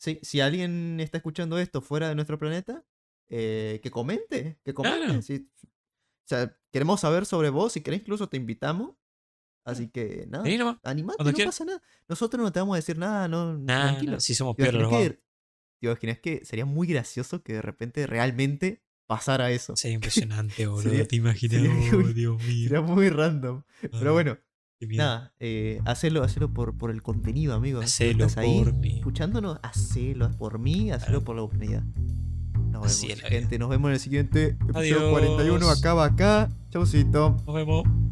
Sí, si alguien está escuchando esto fuera de nuestro planeta, eh, que comente, que comente.
Claro.
si- o sea, queremos saber sobre vos, si querés incluso te invitamos. Así que nada,
Vení nomás.
animate,
Mm. cuando
no
quieras.
pasa nada. Nosotros no te vamos a decir nada, no,
Nah,
tranquilo.
nah, si somos
¿Te
peores
imaginas
los vagos.
que, te imaginas que sería muy gracioso que de repente realmente pasara eso?
Sería impresionante, boludo.
Sería-
te imaginas,
sería
oh,
muy-
Dios mío.
Sería muy random.
Ah,
Pero bueno,
qué miedo.
nada, eh, hacelo, hacelo por, por el contenido, amigo. Si
Hacelo
estás ahí
por mí.
escuchándonos, hacelo por mí, hacelo
Claro.
por la humanidad. Nos
Así
vemos,
es la vida.
gente. Nos vemos en el siguiente episodio
Adiós.
41. Acaba acá. Chaucito.
Nos vemos.